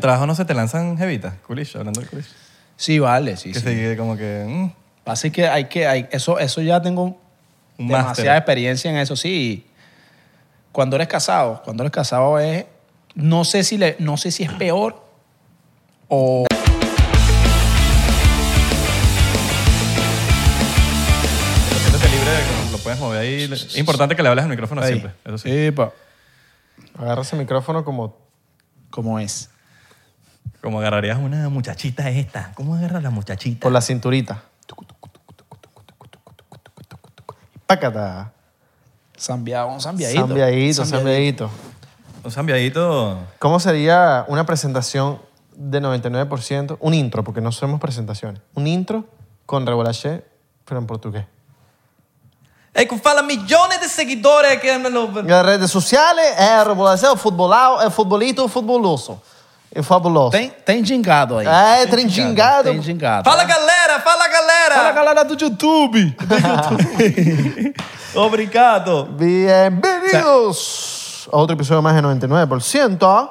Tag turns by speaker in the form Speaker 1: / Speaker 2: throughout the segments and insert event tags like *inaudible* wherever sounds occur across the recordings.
Speaker 1: trabajo no se te lanzan jevitas, culicho, hablando del culicho.
Speaker 2: Sí, vale, sí,
Speaker 1: Que
Speaker 2: sí.
Speaker 1: se como que... mm,
Speaker 2: Así que hay que, hay, eso, eso ya tengo
Speaker 1: Un
Speaker 2: demasiada
Speaker 1: máster.
Speaker 2: experiencia en eso, sí. Cuando eres casado, cuando eres casado es, no sé si, le, no sé si es peor o...
Speaker 1: siéntete libre de que lo puedes mover ahí. Es importante que le hables al micrófono
Speaker 2: Ahí.
Speaker 1: siempre, eso sí.
Speaker 2: Epa.
Speaker 3: Agarra ese micrófono como...
Speaker 2: ¿Cómo es?
Speaker 1: Como agarrarías una muchachita esta. ¿Cómo agarras la muchachita?
Speaker 3: Por la cinturita. Pácata.
Speaker 2: Zambiado, un zambiadito.
Speaker 3: Sambiadito, sambiadito.
Speaker 1: Un zambiadito.
Speaker 3: ¿Cómo sería una presentación de 99%? Un intro, porque no somos presentaciones. Un intro con Rebolaché, pero en portugués.
Speaker 1: Ey, con fala millones de seguidores que me lo...
Speaker 3: En las redes sociales, es Rebolaché, o futbolado, el futbolito, o futboloso. Es fabuloso.
Speaker 2: Tem, tem gingado aí.
Speaker 3: É, tem gingado.
Speaker 2: Tem gingado.
Speaker 1: Fala galera, fala galera.
Speaker 2: Fala, galera do
Speaker 3: *laughs*
Speaker 2: YouTube.
Speaker 1: Oh, Obrigado.
Speaker 3: Bienvenidos a otro episodio más de 99%.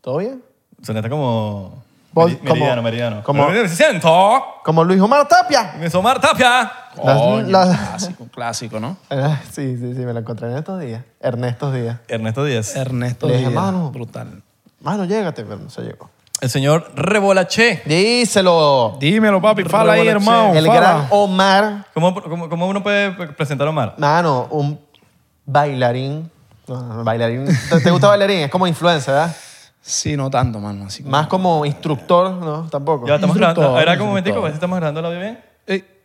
Speaker 3: ¿Todo bien?
Speaker 1: Sonata como...
Speaker 3: Voy-
Speaker 1: meri-
Speaker 3: como-
Speaker 1: meridiano, meridiano.
Speaker 3: como-
Speaker 1: Me siento.
Speaker 3: Como Luis Omar Tapia.
Speaker 1: Me somar tapia.
Speaker 3: Las-
Speaker 2: Coño,
Speaker 3: las-
Speaker 2: clásico, clásico, ¿no?
Speaker 3: Ah, Sí, sí, sí, me lo encontré en estos días. Ernesto Díaz.
Speaker 1: Ernesto Díaz.
Speaker 3: Eh.
Speaker 2: Ernesto
Speaker 3: Le dije,
Speaker 2: Díaz,
Speaker 3: "Mano".
Speaker 2: Brutal.
Speaker 3: Mano, llégate, pero no se llegó.
Speaker 1: El señor Rebolache.
Speaker 3: Díselo.
Speaker 2: Dímelo, papi.
Speaker 1: fala ahí, hermano,
Speaker 3: El gran Omar.
Speaker 1: ¿Cómo, cómo, cómo uno puede presentar a Omar?
Speaker 3: Mano, un bailarín. No, no, no, bailarín. ¿Te, te gusta bailarín? Es como influencer, ¿verdad?
Speaker 2: Sí, no tanto, mano. Así como-
Speaker 3: Más como instructor, ¿no? Tampoco.
Speaker 1: Ya estamos grabando.
Speaker 2: Instructor,
Speaker 1: Ahora, como un momentico,
Speaker 2: instructor.
Speaker 1: a ver si estamos grabando el audio bien.
Speaker 2: Ey,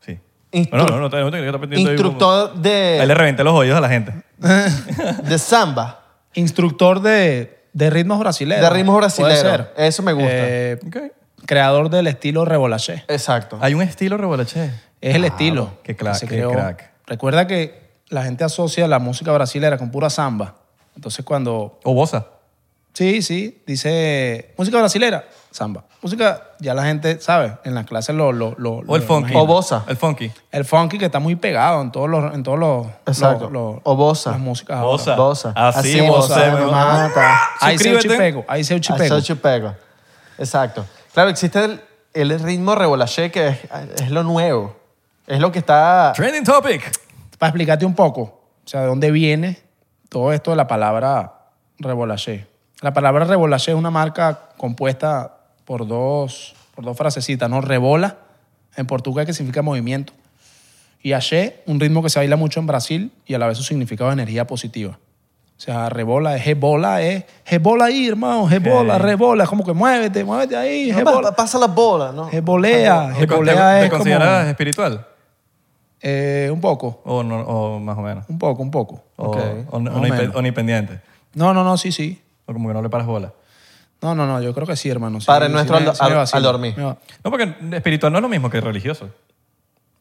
Speaker 1: Sí.
Speaker 3: Instru-
Speaker 1: Bueno, no, no, no, no, no, no, no,
Speaker 3: Instructor
Speaker 1: Ahí le
Speaker 3: de,
Speaker 1: reventé los oídos a la gente.
Speaker 3: de samba.
Speaker 2: instructor de, de ritmos brasileños.
Speaker 3: De ritmos brasileños.
Speaker 2: Puede ser.
Speaker 3: Eso me gusta.
Speaker 2: Eh, creador del estilo revolaché.
Speaker 3: Exacto.
Speaker 1: Hay un estilo Rebolache.
Speaker 2: Es el estilo.
Speaker 1: Ah, qué cla-
Speaker 2: se
Speaker 1: qué
Speaker 2: creó.
Speaker 1: crack.
Speaker 2: Recuerda que la gente asocia la música brasilera con pura samba. Entonces cuando
Speaker 1: O Bosa.
Speaker 2: Sí, sí. Dice música brasilera, samba. Música, ya la gente sabe, en las clases lo... lo, lo
Speaker 1: O el
Speaker 2: lo
Speaker 1: funky.
Speaker 2: imagina.
Speaker 3: O Bosa.
Speaker 1: El funky.
Speaker 2: El funky que está muy pegado en todos los... En todos los
Speaker 3: Exacto.
Speaker 2: los- los-
Speaker 3: O bossa.
Speaker 2: Las músicas ahora.
Speaker 1: Bosa.
Speaker 3: Bosa.
Speaker 1: Así,
Speaker 3: Así,
Speaker 1: Bosa.
Speaker 3: Bosa,
Speaker 1: me
Speaker 3: me
Speaker 1: mata.
Speaker 3: mata.
Speaker 2: Ahí se
Speaker 1: Suscríbete.
Speaker 2: chupego, ahí se chupego.
Speaker 3: Hacer chupego. Exacto. Claro, existe el, el ritmo revolaché que es, es lo nuevo. Es lo que está...
Speaker 1: Trending topic.
Speaker 2: Para explicarte un poco, o sea, de dónde viene todo esto de la palabra revolaché. La palabra revolaché es una marca compuesta por dos, por dos frasecitas, ¿no? Rebola, en portugués, que significa movimiento. Y haché, un ritmo que se baila mucho en Brasil y a la vez su significado de energía positiva. O sea, rebola es rebola, es rebola ahí, hermano, rebola,
Speaker 1: Ok.
Speaker 2: rebola, es como que muévete, muévete ahí,
Speaker 3: No, pa-
Speaker 2: rebola.
Speaker 3: pa- pasa la bola, ¿no? Ah,
Speaker 2: Rebolea,
Speaker 1: ¿Te, con- te-
Speaker 2: rebolea
Speaker 1: te
Speaker 2: es como...
Speaker 1: consideras espiritual?
Speaker 2: Eh, un poco,
Speaker 1: O, no, o más o menos.
Speaker 2: un poco, un poco.
Speaker 1: O,
Speaker 3: Ok.
Speaker 1: o, no-
Speaker 2: Más
Speaker 1: o
Speaker 2: o
Speaker 1: ni-
Speaker 2: menos.
Speaker 1: o ni pendiente.
Speaker 2: No, no, no, sí, sí.
Speaker 1: O como que no le paras bola.
Speaker 2: No, no, no, yo creo que sí, hermano. Sí,
Speaker 3: Padre
Speaker 2: sí
Speaker 3: nuestro
Speaker 2: me-
Speaker 3: al-
Speaker 2: sí me
Speaker 3: al-
Speaker 2: vacila.
Speaker 3: al dormir.
Speaker 2: Me va-
Speaker 1: No, porque espiritual no es lo mismo que religioso.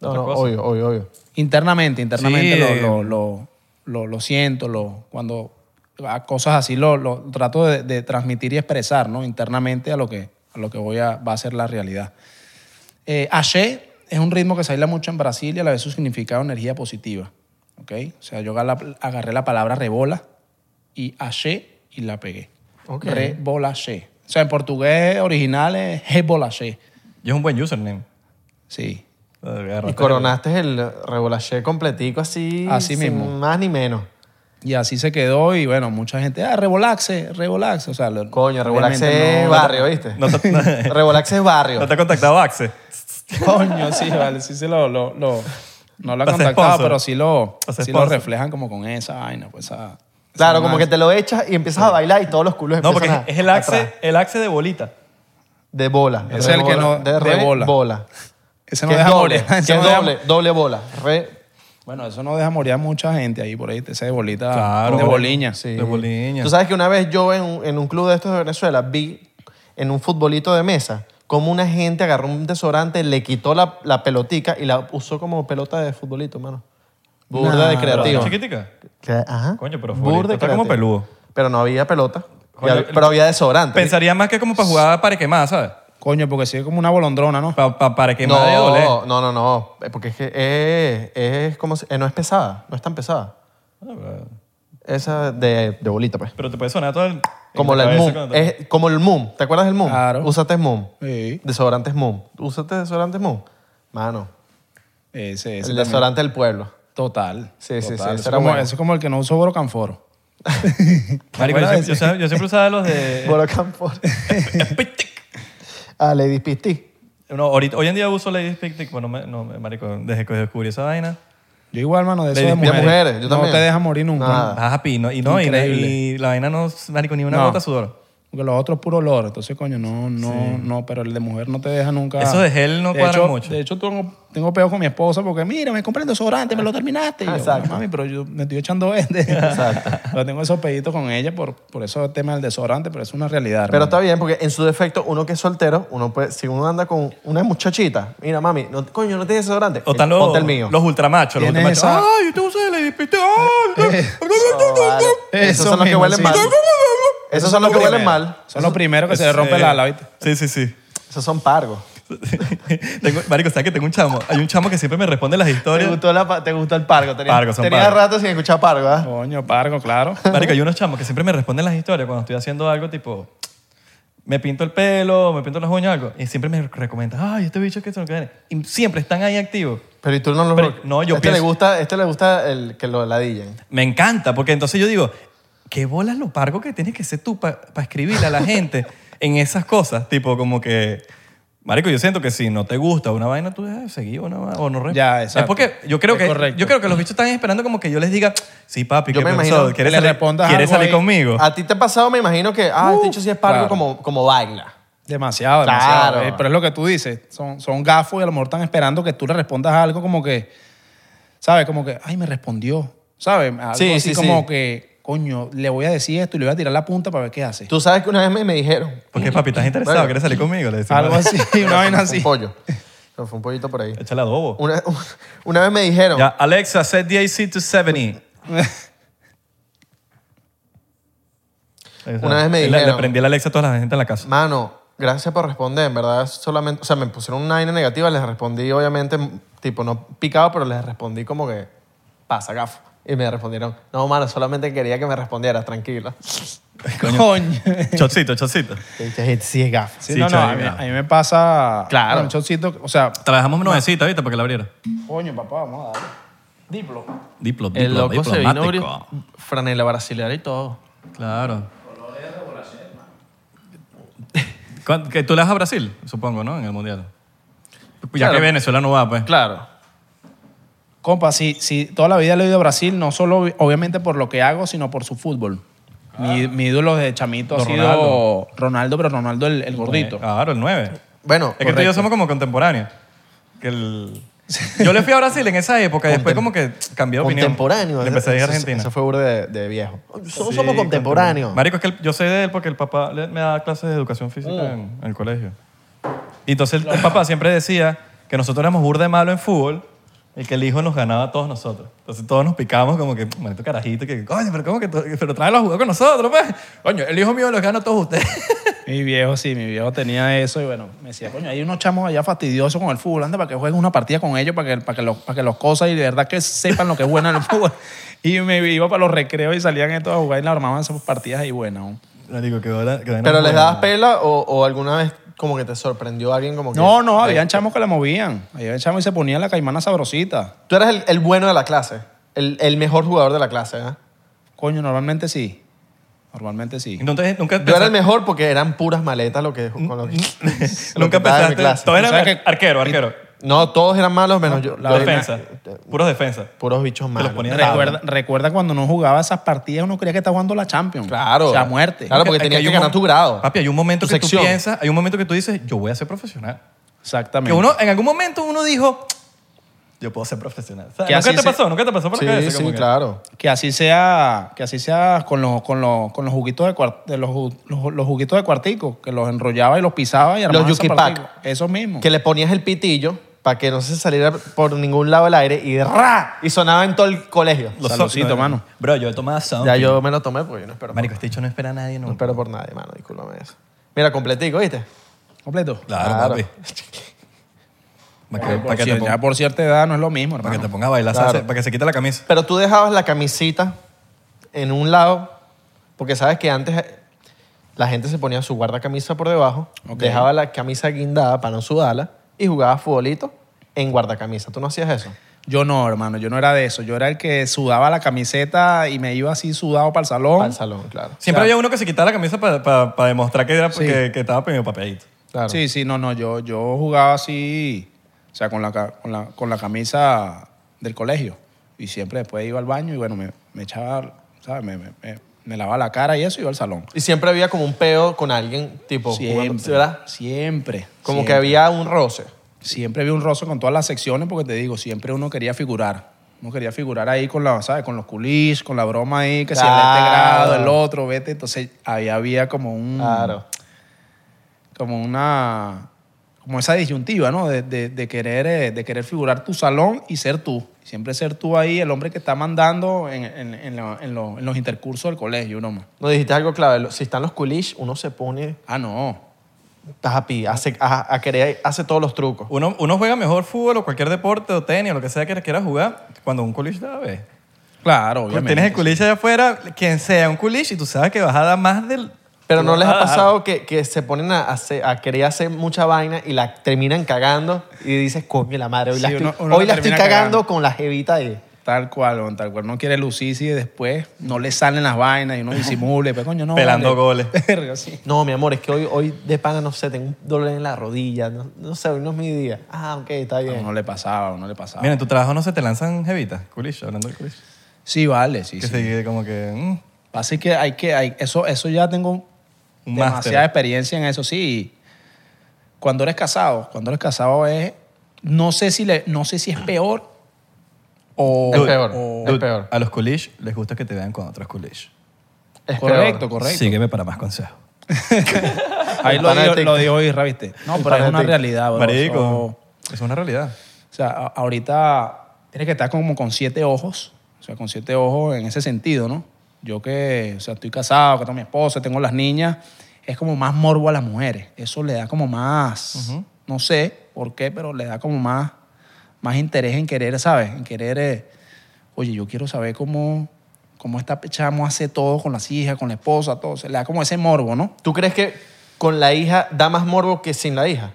Speaker 3: No,
Speaker 1: otra
Speaker 3: no,
Speaker 1: cosa.
Speaker 3: obvio, obvio, obvio.
Speaker 2: Internamente, internamente
Speaker 1: Sí,
Speaker 2: lo,
Speaker 1: eh.
Speaker 2: lo, lo, lo- lo siento, lo, cuando a cosas así lo, lo trato de, de transmitir y expresar, ¿no? Internamente a lo que, a lo que voy a, va a ser la realidad. Eh, axé es un ritmo que se baila mucho en Brasil y a la vez su significado es energía positiva, ¿ok? O sea, yo agarré la, agarré la palabra rebola y axé y la pegué.
Speaker 3: Ok.
Speaker 2: Rebolaché. O sea, en portugués original es rebolaché.
Speaker 1: Y es un buen username.
Speaker 2: Sí.
Speaker 3: Y
Speaker 1: Agarraste-
Speaker 3: coronaste el revolaché completico así.
Speaker 2: Así
Speaker 3: sin
Speaker 2: mismo.
Speaker 3: más ni menos.
Speaker 2: Y así se quedó y bueno, mucha gente, ah, rebolaxe, rebolaxe. O sea, lo-
Speaker 3: Coño,
Speaker 2: obviamente
Speaker 3: revolaxe es
Speaker 2: no-
Speaker 3: barrio, ¿viste?
Speaker 1: No te,
Speaker 3: *laughs*
Speaker 1: no
Speaker 3: Revolaxe es barrio.
Speaker 1: te ha contactado
Speaker 3: *laughs*
Speaker 1: Axe.
Speaker 2: *laughs* Coño, sí, vale, sí se lo, lo, lo- no lo ha
Speaker 1: Hace
Speaker 2: contactado,
Speaker 1: sponsor.
Speaker 2: pero sí lo,
Speaker 1: Hace
Speaker 2: sí lo
Speaker 1: sponsor.
Speaker 2: reflejan como con esa vaina, pues esa- esa
Speaker 3: Claro, como
Speaker 2: vaina.
Speaker 3: que te lo echas y empiezas a bailar y todos los culos
Speaker 1: No,
Speaker 3: empiezan
Speaker 1: porque
Speaker 3: a-
Speaker 1: es el
Speaker 3: atrás.
Speaker 1: Axe, el Axe de bolita.
Speaker 3: De bola.
Speaker 2: Es
Speaker 3: de
Speaker 2: el que
Speaker 3: bola,
Speaker 2: no-
Speaker 3: De,
Speaker 2: de
Speaker 3: re-
Speaker 2: bola.
Speaker 3: bola.
Speaker 2: Ese no
Speaker 3: que es
Speaker 2: deja
Speaker 3: doble.
Speaker 2: morir. *laughs*
Speaker 3: Que
Speaker 2: ese
Speaker 3: es
Speaker 2: no deja-
Speaker 3: doble, doble bola. Re-
Speaker 2: bueno, eso no deja morir a mucha gente ahí por ahí, ese de bolita,
Speaker 1: Claro.
Speaker 2: de boliña.
Speaker 3: Sí.
Speaker 1: De boliña.
Speaker 3: Tú sabes que una vez yo en, un- en un club de estos de Venezuela vi en un futbolito de mesa como una gente agarró un desodorante, le quitó la, la pelotica y la usó como pelota de futbolito, mano. Burda de
Speaker 2: Nah,
Speaker 1: Pero,
Speaker 3: creativo.
Speaker 1: chiquitica?
Speaker 3: Que- Ajá.
Speaker 1: Coño, pero
Speaker 3: Burda
Speaker 1: futbolito
Speaker 3: de
Speaker 1: está como
Speaker 3: creativo.
Speaker 1: peludo.
Speaker 3: Pero no había pelota. Y
Speaker 1: Coño,
Speaker 3: hab- pero había desodorante.
Speaker 1: Pensaría más que como para jugar para quemada, ¿sabes?
Speaker 2: Coño, porque sí es como una bolondrona, ¿no?
Speaker 1: Pa- pa- para quemada de Ah, doble.
Speaker 3: no, no, no, no. eh, Porque es que es, es como si- eh, no es pesada, no es tan pesada.
Speaker 1: Ah, pero-
Speaker 3: esa de, de bolita, pues.
Speaker 1: Pero te puede sonar todo el...
Speaker 3: Como,
Speaker 1: en
Speaker 3: la, el
Speaker 1: cabeza
Speaker 3: Moon.
Speaker 1: cuando-
Speaker 3: Es, como el Moon. ¿Te acuerdas del Moon?
Speaker 2: Claro.
Speaker 3: Úsate el Moon.
Speaker 2: Sí.
Speaker 3: Desodorantes Moon. Úsate desodorantes Moon. Mano,
Speaker 2: Ese, ese
Speaker 3: el
Speaker 2: también.
Speaker 3: desodorante del pueblo.
Speaker 2: Total.
Speaker 3: Sí, sí, sí,
Speaker 2: total.
Speaker 3: ese
Speaker 2: Ese
Speaker 3: era
Speaker 2: como-
Speaker 3: bueno.
Speaker 2: ese es como el que no usó Brocanforo.
Speaker 1: Marico, yo,
Speaker 2: ¿Te acuerdas
Speaker 1: siempre, yo siempre- yo siempre usaba los
Speaker 2: *laughs*
Speaker 1: de...
Speaker 3: *laughs* Borocampo.
Speaker 1: *laughs*
Speaker 3: ah, Lady Pisti.
Speaker 1: No, ahorita- hoy en día uso Lady Pick Tick. Bueno, me- no, marico, desde que descubrí esa vaina.
Speaker 2: Yo igual, mano, de eso
Speaker 1: Le
Speaker 2: de
Speaker 1: dije
Speaker 2: mujeres.
Speaker 1: a
Speaker 3: mujeres, yo
Speaker 2: No
Speaker 3: también.
Speaker 2: te deja morir nunca.
Speaker 3: Nada.
Speaker 2: ¿no?
Speaker 1: Vas happy, ¿no? Y no, y,
Speaker 2: Increíble.
Speaker 1: y la vaina no, marico, ni una
Speaker 2: No.
Speaker 1: gota de sudor.
Speaker 2: Porque los otros es puro olor. Entonces, coño, no, no, no. Pero el de mujer no te deja nunca.
Speaker 1: Eso de gel no cuadra
Speaker 2: cuadra
Speaker 1: mucho.
Speaker 2: De hecho, tengo, tengo peo con mi esposa porque, mira, me compré el desodorante, me lo terminaste. Y yo,
Speaker 3: Exacto.
Speaker 2: mami, pero yo me estoy echando este.
Speaker 3: Exacto.
Speaker 2: *laughs* pero tengo esos peditos con ella por, por eso tema del desodorante, pero es una realidad.
Speaker 3: Pero
Speaker 2: hermano.
Speaker 3: está bien, porque en su defecto, uno que es soltero, uno puede, si uno anda con una muchachita, mira, mami, no, coño, no tienes desodorante.
Speaker 1: O están los,
Speaker 3: Ponte el mío.
Speaker 1: los ultramachos. Los
Speaker 2: Tienes
Speaker 1: ultramachos.
Speaker 2: esa-
Speaker 1: ¡Ay, yo te uso de Lady Pick Tick!
Speaker 2: *laughs*
Speaker 1: ¡Ay!
Speaker 3: No, vale. Esos
Speaker 2: Eso
Speaker 3: son los que
Speaker 2: mismo,
Speaker 3: huelen
Speaker 2: sí.
Speaker 3: mal. Esos son los que
Speaker 2: Primero.
Speaker 3: huelen mal.
Speaker 2: Son los primeros que se le rompe la ala, ¿viste?
Speaker 1: Sí, sí, sí.
Speaker 3: Esos son pargos.
Speaker 1: Tengo- marico, ¿sabes que tengo un chamo? Hay un chamo que siempre me responde las
Speaker 3: ¿Te
Speaker 1: historias.
Speaker 3: gustó, la pa- te gustó el pargo? Tenías,
Speaker 1: Pargo, son
Speaker 3: tenías
Speaker 1: pargo.
Speaker 3: rato sin escuchar pargo, ¿ah?
Speaker 2: Coño,
Speaker 1: *laughs*
Speaker 2: pargo, claro.
Speaker 1: Marico, hay unos chamos que siempre me responden las historias cuando estoy haciendo algo tipo... Me pinto el pelo, me pinto las uñas, algo. Y siempre me recomiendan, ay, este bicho que se lo quede. Y siempre están ahí activos.
Speaker 3: Pero y tú no lo
Speaker 1: Pero, no, yo
Speaker 3: este le
Speaker 1: pienso-
Speaker 3: gusta, este le gusta el que lo ladillen.
Speaker 1: Me encanta, porque entonces yo digo, qué bolas lo pargo que tienes que ser tú para escribirle a la gente en esas cosas. Tipo, como que. Marico, yo siento que si no te gusta una vaina, tú dejas de seguir una vaina, o no re-
Speaker 2: Ya,
Speaker 1: Es
Speaker 2: exacto.
Speaker 1: porque yo creo,
Speaker 2: Es
Speaker 1: que,
Speaker 2: correcto.
Speaker 1: yo creo que los bichos están esperando como que yo les diga, sí, papi,
Speaker 3: Yo
Speaker 1: ¿qué
Speaker 3: me
Speaker 1: pasó?
Speaker 3: imagino
Speaker 1: ¿Quieres
Speaker 2: que le
Speaker 1: salir,
Speaker 2: respondas
Speaker 1: ¿quieres
Speaker 2: algo
Speaker 1: salir
Speaker 2: ahí.
Speaker 1: conmigo? Uh,
Speaker 3: A ti te ha pasado, me imagino que, ah, este dicho sí es pargo
Speaker 2: claro.
Speaker 3: como, como baila.
Speaker 2: Demasiado, demasiado.
Speaker 3: Claro.
Speaker 2: eh, Pero es lo que tú dices. Son, son gafos y a lo mejor están esperando que tú le respondas algo como que, ¿sabes? Como que, ay, me respondió. ¿Sabes? Algo
Speaker 3: Sí,
Speaker 2: así
Speaker 3: sí,
Speaker 2: como
Speaker 3: sí.
Speaker 2: que, coño, le voy a decir esto y le voy a tirar la punta para ver qué hace.
Speaker 3: Tú sabes que una vez me, me dijeron.
Speaker 1: Porque, papi, ¿estás interesado?
Speaker 3: Bueno.
Speaker 1: ¿Quieres salir conmigo? Le decimos,
Speaker 2: Algo así,
Speaker 3: *laughs*
Speaker 2: una vaina
Speaker 3: Fue
Speaker 2: así.
Speaker 3: Un pollo. No, Fue un pollito
Speaker 1: *laughs*
Speaker 3: por ahí.
Speaker 1: Échale adobo.
Speaker 3: Una, una vez me dijeron.
Speaker 1: Ya, Alexa, set the AC to 70. Ahí *laughs* está.
Speaker 3: Una vez me
Speaker 1: Le- Le
Speaker 3: dijeron-
Speaker 1: prendí la Alexa a toda la gente en la casa.
Speaker 3: Mano, gracias por responder. En verdad, solamente. O sea, me pusieron una vaina negativa, les respondí, obviamente, tipo, no picado, pero les respondí como que. Pasa, gafo. Y me respondieron, no, mano, solamente quería que me
Speaker 1: *laughs*
Speaker 3: respondieras, tranquila.
Speaker 2: Coño.
Speaker 1: Chocito, chocito.
Speaker 3: Sí, es gafo.
Speaker 2: Sí,
Speaker 1: Este Sí,
Speaker 2: no, no,
Speaker 1: chaval,
Speaker 2: a mí,
Speaker 1: mira.
Speaker 2: a mí me pasa
Speaker 3: Claro.
Speaker 2: con un chocito, o sea,
Speaker 1: Te la dejamos nuevecita, ¿viste? Para que la abriera.
Speaker 2: coño, papá, vamos a darle. Diplo.
Speaker 1: Diplo,
Speaker 3: El
Speaker 1: diplo,
Speaker 3: loco se vino
Speaker 1: diplomático.
Speaker 3: bri- franela brasileña y todo.
Speaker 1: Claro. ¿Cuán- Que tú le das a Brasil, supongo, ¿no? En el Mundial. Ya
Speaker 3: Claro.
Speaker 1: que Venezuela no va, pues.
Speaker 3: Claro.
Speaker 2: Compa, si, si toda la vida le he ido a Brasil, no solo ob- obviamente por lo que hago, sino por su fútbol. Mi, mi ídolo de chamito ha
Speaker 1: Don
Speaker 2: sido Ronaldo, pero Ronaldo el, el gordito.
Speaker 1: Eh, Claro, el 9.
Speaker 3: Bueno,
Speaker 1: Es que tú y yo
Speaker 3: correcto.
Speaker 1: somos como contemporáneos. Que
Speaker 3: *laughs*
Speaker 1: el- Yo le fui a Brasil en esa época y después como que cambié de opinión.
Speaker 3: contemporáneo.
Speaker 1: Le empecé a ir a
Speaker 3: Eso-
Speaker 1: Argentina.
Speaker 3: Eso fue burda de, de viejo. Nosotros
Speaker 1: Sí,
Speaker 3: somos contemporáneos.
Speaker 1: Marico, es que el- yo sé de él porque el papá le- me daba clases de educación física
Speaker 3: Oh.
Speaker 1: en, en el colegio. Y entonces el, el papá siempre decía que nosotros éramos burda de malo en fútbol y que el hijo nos ganaba a todos nosotros. Entonces todos nos picamos como que, maldito carajito, que, coño, pero ¿cómo que tú- pero tráelo a jugar con nosotros, pues? Coño, el hijo mío los gana a todos ustedes. *laughs*
Speaker 2: Mi viejo, sí, mi viejo tenía eso y bueno, me decía, coño, hay unos chamos allá fastidiosos con el fútbol, anda para que jueguen una partida con ellos, para que, para que, los, para que los cosas y de verdad que sepan lo que es bueno en el fútbol. *laughs* Y me iba para los recreos y salían estos a jugar y le armaban esas partidas ahí buenas. ¿no?
Speaker 1: Marico, que bola- que vaina
Speaker 3: Pero les
Speaker 1: buena.
Speaker 3: dabas pela o, o alguna vez como que te sorprendió alguien como que.
Speaker 2: No, no, habían chamos que la movían. Habían chamos y se ponía la caimana sabrosita.
Speaker 3: Tú eras el, el bueno de la clase. El, el mejor jugador de la clase, ¿eh?
Speaker 2: Coño, normalmente sí. Normalmente sí.
Speaker 1: Entonces, nunca
Speaker 3: Yo era
Speaker 1: pensaste-
Speaker 3: el mejor porque eran puras maletas lo que, con *laughs* lo que, lo que
Speaker 1: *laughs* Nunca
Speaker 3: estaba en mi
Speaker 1: pensaste.
Speaker 3: clase.
Speaker 1: Todos eran
Speaker 2: ¿Sabes qué?
Speaker 1: arquero, arquero.
Speaker 3: No, todos eran malos menos yo.
Speaker 1: La
Speaker 3: yo-
Speaker 1: defensa. Puros defensa.
Speaker 3: Puros bichos malos.
Speaker 1: ponía-
Speaker 2: Recuerda, recuerda cuando no jugaba esas partidas, uno creía que estaba jugando la Champions.
Speaker 3: Claro.
Speaker 2: O sea, a muerte.
Speaker 3: Claro, porque
Speaker 1: Es
Speaker 3: tenías
Speaker 1: hay
Speaker 3: que,
Speaker 1: un
Speaker 3: ganar
Speaker 1: mom-
Speaker 3: tu grado.
Speaker 1: Papi, hay un momento
Speaker 3: tu
Speaker 1: que
Speaker 3: sección.
Speaker 1: tú piensas, hay un momento que tú dices, yo voy a ser profesional.
Speaker 2: Exactamente.
Speaker 1: Que uno, en algún momento uno dijo, yo puedo ser profesional. O sea,
Speaker 2: Que
Speaker 1: ¿Nunca
Speaker 2: así
Speaker 1: te
Speaker 2: se-
Speaker 1: pasó? ¿Nunca te pasó por la
Speaker 3: Sí,
Speaker 1: cabeza? Como
Speaker 3: sí,
Speaker 1: que-
Speaker 3: claro.
Speaker 2: Que así sea, que así sea con los, con los, con los juguitos de, cuart- de los, ju- los- los juguitos de cuartico, que los enrollaba y los pisaba y armaba
Speaker 3: Los yuki
Speaker 2: esas
Speaker 3: pack.
Speaker 2: partidas. Eso mismo.
Speaker 3: Que le ponías el pitillo para que no se saliera por ningún lado el aire y ¡ra! Y sonaba en todo el colegio.
Speaker 1: Los
Speaker 2: Saludcito,
Speaker 1: soft-
Speaker 2: mano.
Speaker 1: Bro, yo he tomado soft.
Speaker 3: Ya yo me lo tomé porque yo no espero.
Speaker 1: Ah, Marico, este dicho no espera a nadie
Speaker 3: No
Speaker 1: nunca.
Speaker 3: espero por nadie, mano, discúlpame eso. Mira, completico, ¿viste?
Speaker 2: Completo.
Speaker 1: Claro,
Speaker 3: Claro. *laughs*
Speaker 1: papi. Para que,
Speaker 2: Por
Speaker 1: pa' que te
Speaker 2: cier- ya
Speaker 1: ponga,
Speaker 2: por cierta edad no es lo mismo,
Speaker 1: pa' que
Speaker 2: hermano.
Speaker 1: te ponga a bailar,
Speaker 3: Claro.
Speaker 1: salsa, para que se quite la camisa.
Speaker 3: Pero tú dejabas la camisita en un lado, porque sabes que antes eh, la gente se ponía su guardacamisa por debajo, dejaba la camisa guindada para no sudarla y jugaba futbolito en guardacamisa. ¿Tú no hacías eso?
Speaker 2: Yo no, hermano, yo no era de eso. Yo era el que sudaba la camiseta y me iba así sudado para el salón.
Speaker 3: Al salón, claro.
Speaker 1: Siempre
Speaker 2: Claro.
Speaker 1: había uno que se quitaba la camisa para demostrar que, era, que, que estaba premio papeadito.
Speaker 3: claro.
Speaker 2: Sí, sí, no, no, yo, yo jugaba así, o sea, con la, ca- con, la, con la camisa del colegio. Y siempre después iba al baño y bueno, me, me echaba, ¿sabes? Me, me, me- me lavaba la cara y eso y iba al salón.
Speaker 3: Y siempre había como un peo con alguien, tipo, Pues, jugando,
Speaker 2: Siempre,
Speaker 3: ¿verdad?
Speaker 2: siempre.
Speaker 3: Como que
Speaker 2: siempre.
Speaker 3: había un roce.
Speaker 2: Siempre había un roce con todas las secciones porque te digo, siempre uno quería figurar. Uno quería figurar ahí con la, ¿sabes? Con los culis, con la broma ahí, que si el de este
Speaker 3: Claro.
Speaker 2: grado, el otro, vete. Entonces ahí había como un...
Speaker 3: Claro.
Speaker 2: como una como esa disyuntiva, ¿no? De, de- de querer, eh, de querer figurar tu salón y ser tú. Siempre ser tú ahí, el hombre que está mandando en, en- en lo- en lo- en los intercursos del colegio, ¿no? man.
Speaker 3: No dijiste algo clave. lo- Si están los culish, uno se pone
Speaker 2: Ah, no.
Speaker 3: tapi, hace, a, a querer, hace todos los trucos.
Speaker 1: Uno, uno juega mejor fútbol o cualquier deporte o tenis o lo que sea que quiera jugar cuando un culiche da vez.
Speaker 2: Claro,
Speaker 3: Pues,
Speaker 1: Cuando
Speaker 2: obviamente.
Speaker 1: Pues tienes el culiche allá afuera, quien sea un culiche, y tú sabes que vas a dar más del...
Speaker 3: Pero no
Speaker 1: vas
Speaker 3: les
Speaker 1: a
Speaker 3: ha
Speaker 1: dar.
Speaker 3: pasado que, que se ponen a, hacer- a querer hacer mucha vaina y la terminan cagando y dices, coño, la madre, hoy la
Speaker 2: Sí,
Speaker 3: estoy,
Speaker 2: uno- uno
Speaker 3: hoy
Speaker 2: la
Speaker 3: la estoy
Speaker 2: termina
Speaker 3: cagando,
Speaker 2: cagando.
Speaker 3: con la jevita ahí.
Speaker 2: Tal cual, man, tal cual. No quiere lucirse y después no le salen las vainas y uno disimule. Pero coño, no.
Speaker 1: Pelando *laughs* goles.
Speaker 2: *laughs* Verga, sí.
Speaker 3: No, mi amor, es que hoy, hoy de pana, no sé, tengo un dolor en la rodilla, no, no sé, hoy no es mi día. Ah, ok, está
Speaker 2: No,
Speaker 3: bien.
Speaker 2: no le pasaba, no le pasaba.
Speaker 1: Mira, en tu trabajo no se te lanzan jevitas, culiche, hablando de culiche.
Speaker 2: Sí, vale, sí,
Speaker 1: Que
Speaker 2: sí.
Speaker 1: se como que... mm,
Speaker 2: Así que hay que, hay, eso, eso ya tengo
Speaker 1: Un
Speaker 2: demasiada
Speaker 1: máster.
Speaker 2: experiencia en eso, sí. Cuando eres casado, cuando eres casado es, no sé si, le, no sé si es peor o...
Speaker 3: Es peor,
Speaker 2: o-
Speaker 3: es
Speaker 1: dude,
Speaker 3: peor.
Speaker 1: A los culiche les gusta que te vean con otros culiche.
Speaker 3: Es
Speaker 2: correcto,
Speaker 3: peor.
Speaker 2: correcto.
Speaker 1: Sígueme para más consejos.
Speaker 2: Ahí
Speaker 3: El
Speaker 2: lo
Speaker 3: pana de
Speaker 2: dijo,
Speaker 3: TikTok.
Speaker 2: lo dijo Isra, ¿viste? No, pero
Speaker 3: El pana de
Speaker 2: es una
Speaker 3: TikTok.
Speaker 2: realidad, bro.
Speaker 1: Marico,
Speaker 2: So,
Speaker 1: es una realidad.
Speaker 2: O sea, a- ahorita tienes que estar como con siete ojos, o sea, con siete ojos en ese sentido, ¿no? Yo que, o sea, estoy casado, que tengo mi esposa, tengo las niñas, es como más morbo a las mujeres. Eso le da como más, no sé por qué, pero le da como más, más interés en querer, ¿sabes? En querer, eh, oye, yo quiero saber cómo, cómo esta chamo hace todo con las hijas, con la esposa, todo. Se le da como ese morbo, ¿no?
Speaker 3: ¿Tú crees que con la hija da más morbo que sin la hija?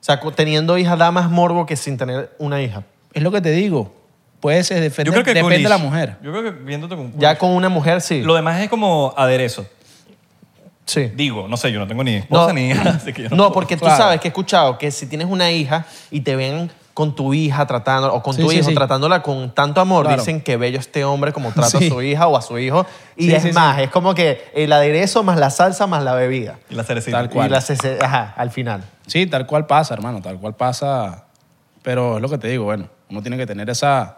Speaker 3: O sea, co- teniendo hija da más morbo que sin tener una hija.
Speaker 2: Es lo que te digo. Puede ser, depende,
Speaker 1: Yo creo que
Speaker 2: depende
Speaker 1: culish-
Speaker 2: de la mujer.
Speaker 1: Yo creo que viéndote con un
Speaker 2: Pues,
Speaker 3: Ya
Speaker 1: culiche-
Speaker 3: con una mujer sí.
Speaker 1: Lo demás es como aderezo.
Speaker 3: sí.
Speaker 1: Digo, no sé, yo no tengo ni esposa ni hija, *laughs* así que yo no
Speaker 3: No,
Speaker 1: puedo.
Speaker 3: porque tú
Speaker 2: Claro.
Speaker 3: sabes que he escuchado que si tienes una hija y te ven con tu hija tratando o con
Speaker 2: Sí,
Speaker 3: tu
Speaker 2: sí,
Speaker 3: hijo
Speaker 2: sí.
Speaker 3: tratándola con tanto amor,
Speaker 2: Claro.
Speaker 3: dicen que bello este hombre como trata a
Speaker 2: Sí.
Speaker 3: su hija o a su hijo. Y
Speaker 2: Sí,
Speaker 3: es
Speaker 2: sí, sí.
Speaker 3: más, es como que el aderezo más la salsa más la bebida.
Speaker 1: Y la cerecita.
Speaker 2: Tal cual.
Speaker 3: Y la cece- ajá, al final.
Speaker 2: Sí, tal cual pasa, hermano, tal cual pasa. Pero es lo que te digo, bueno, uno tiene que tener esa,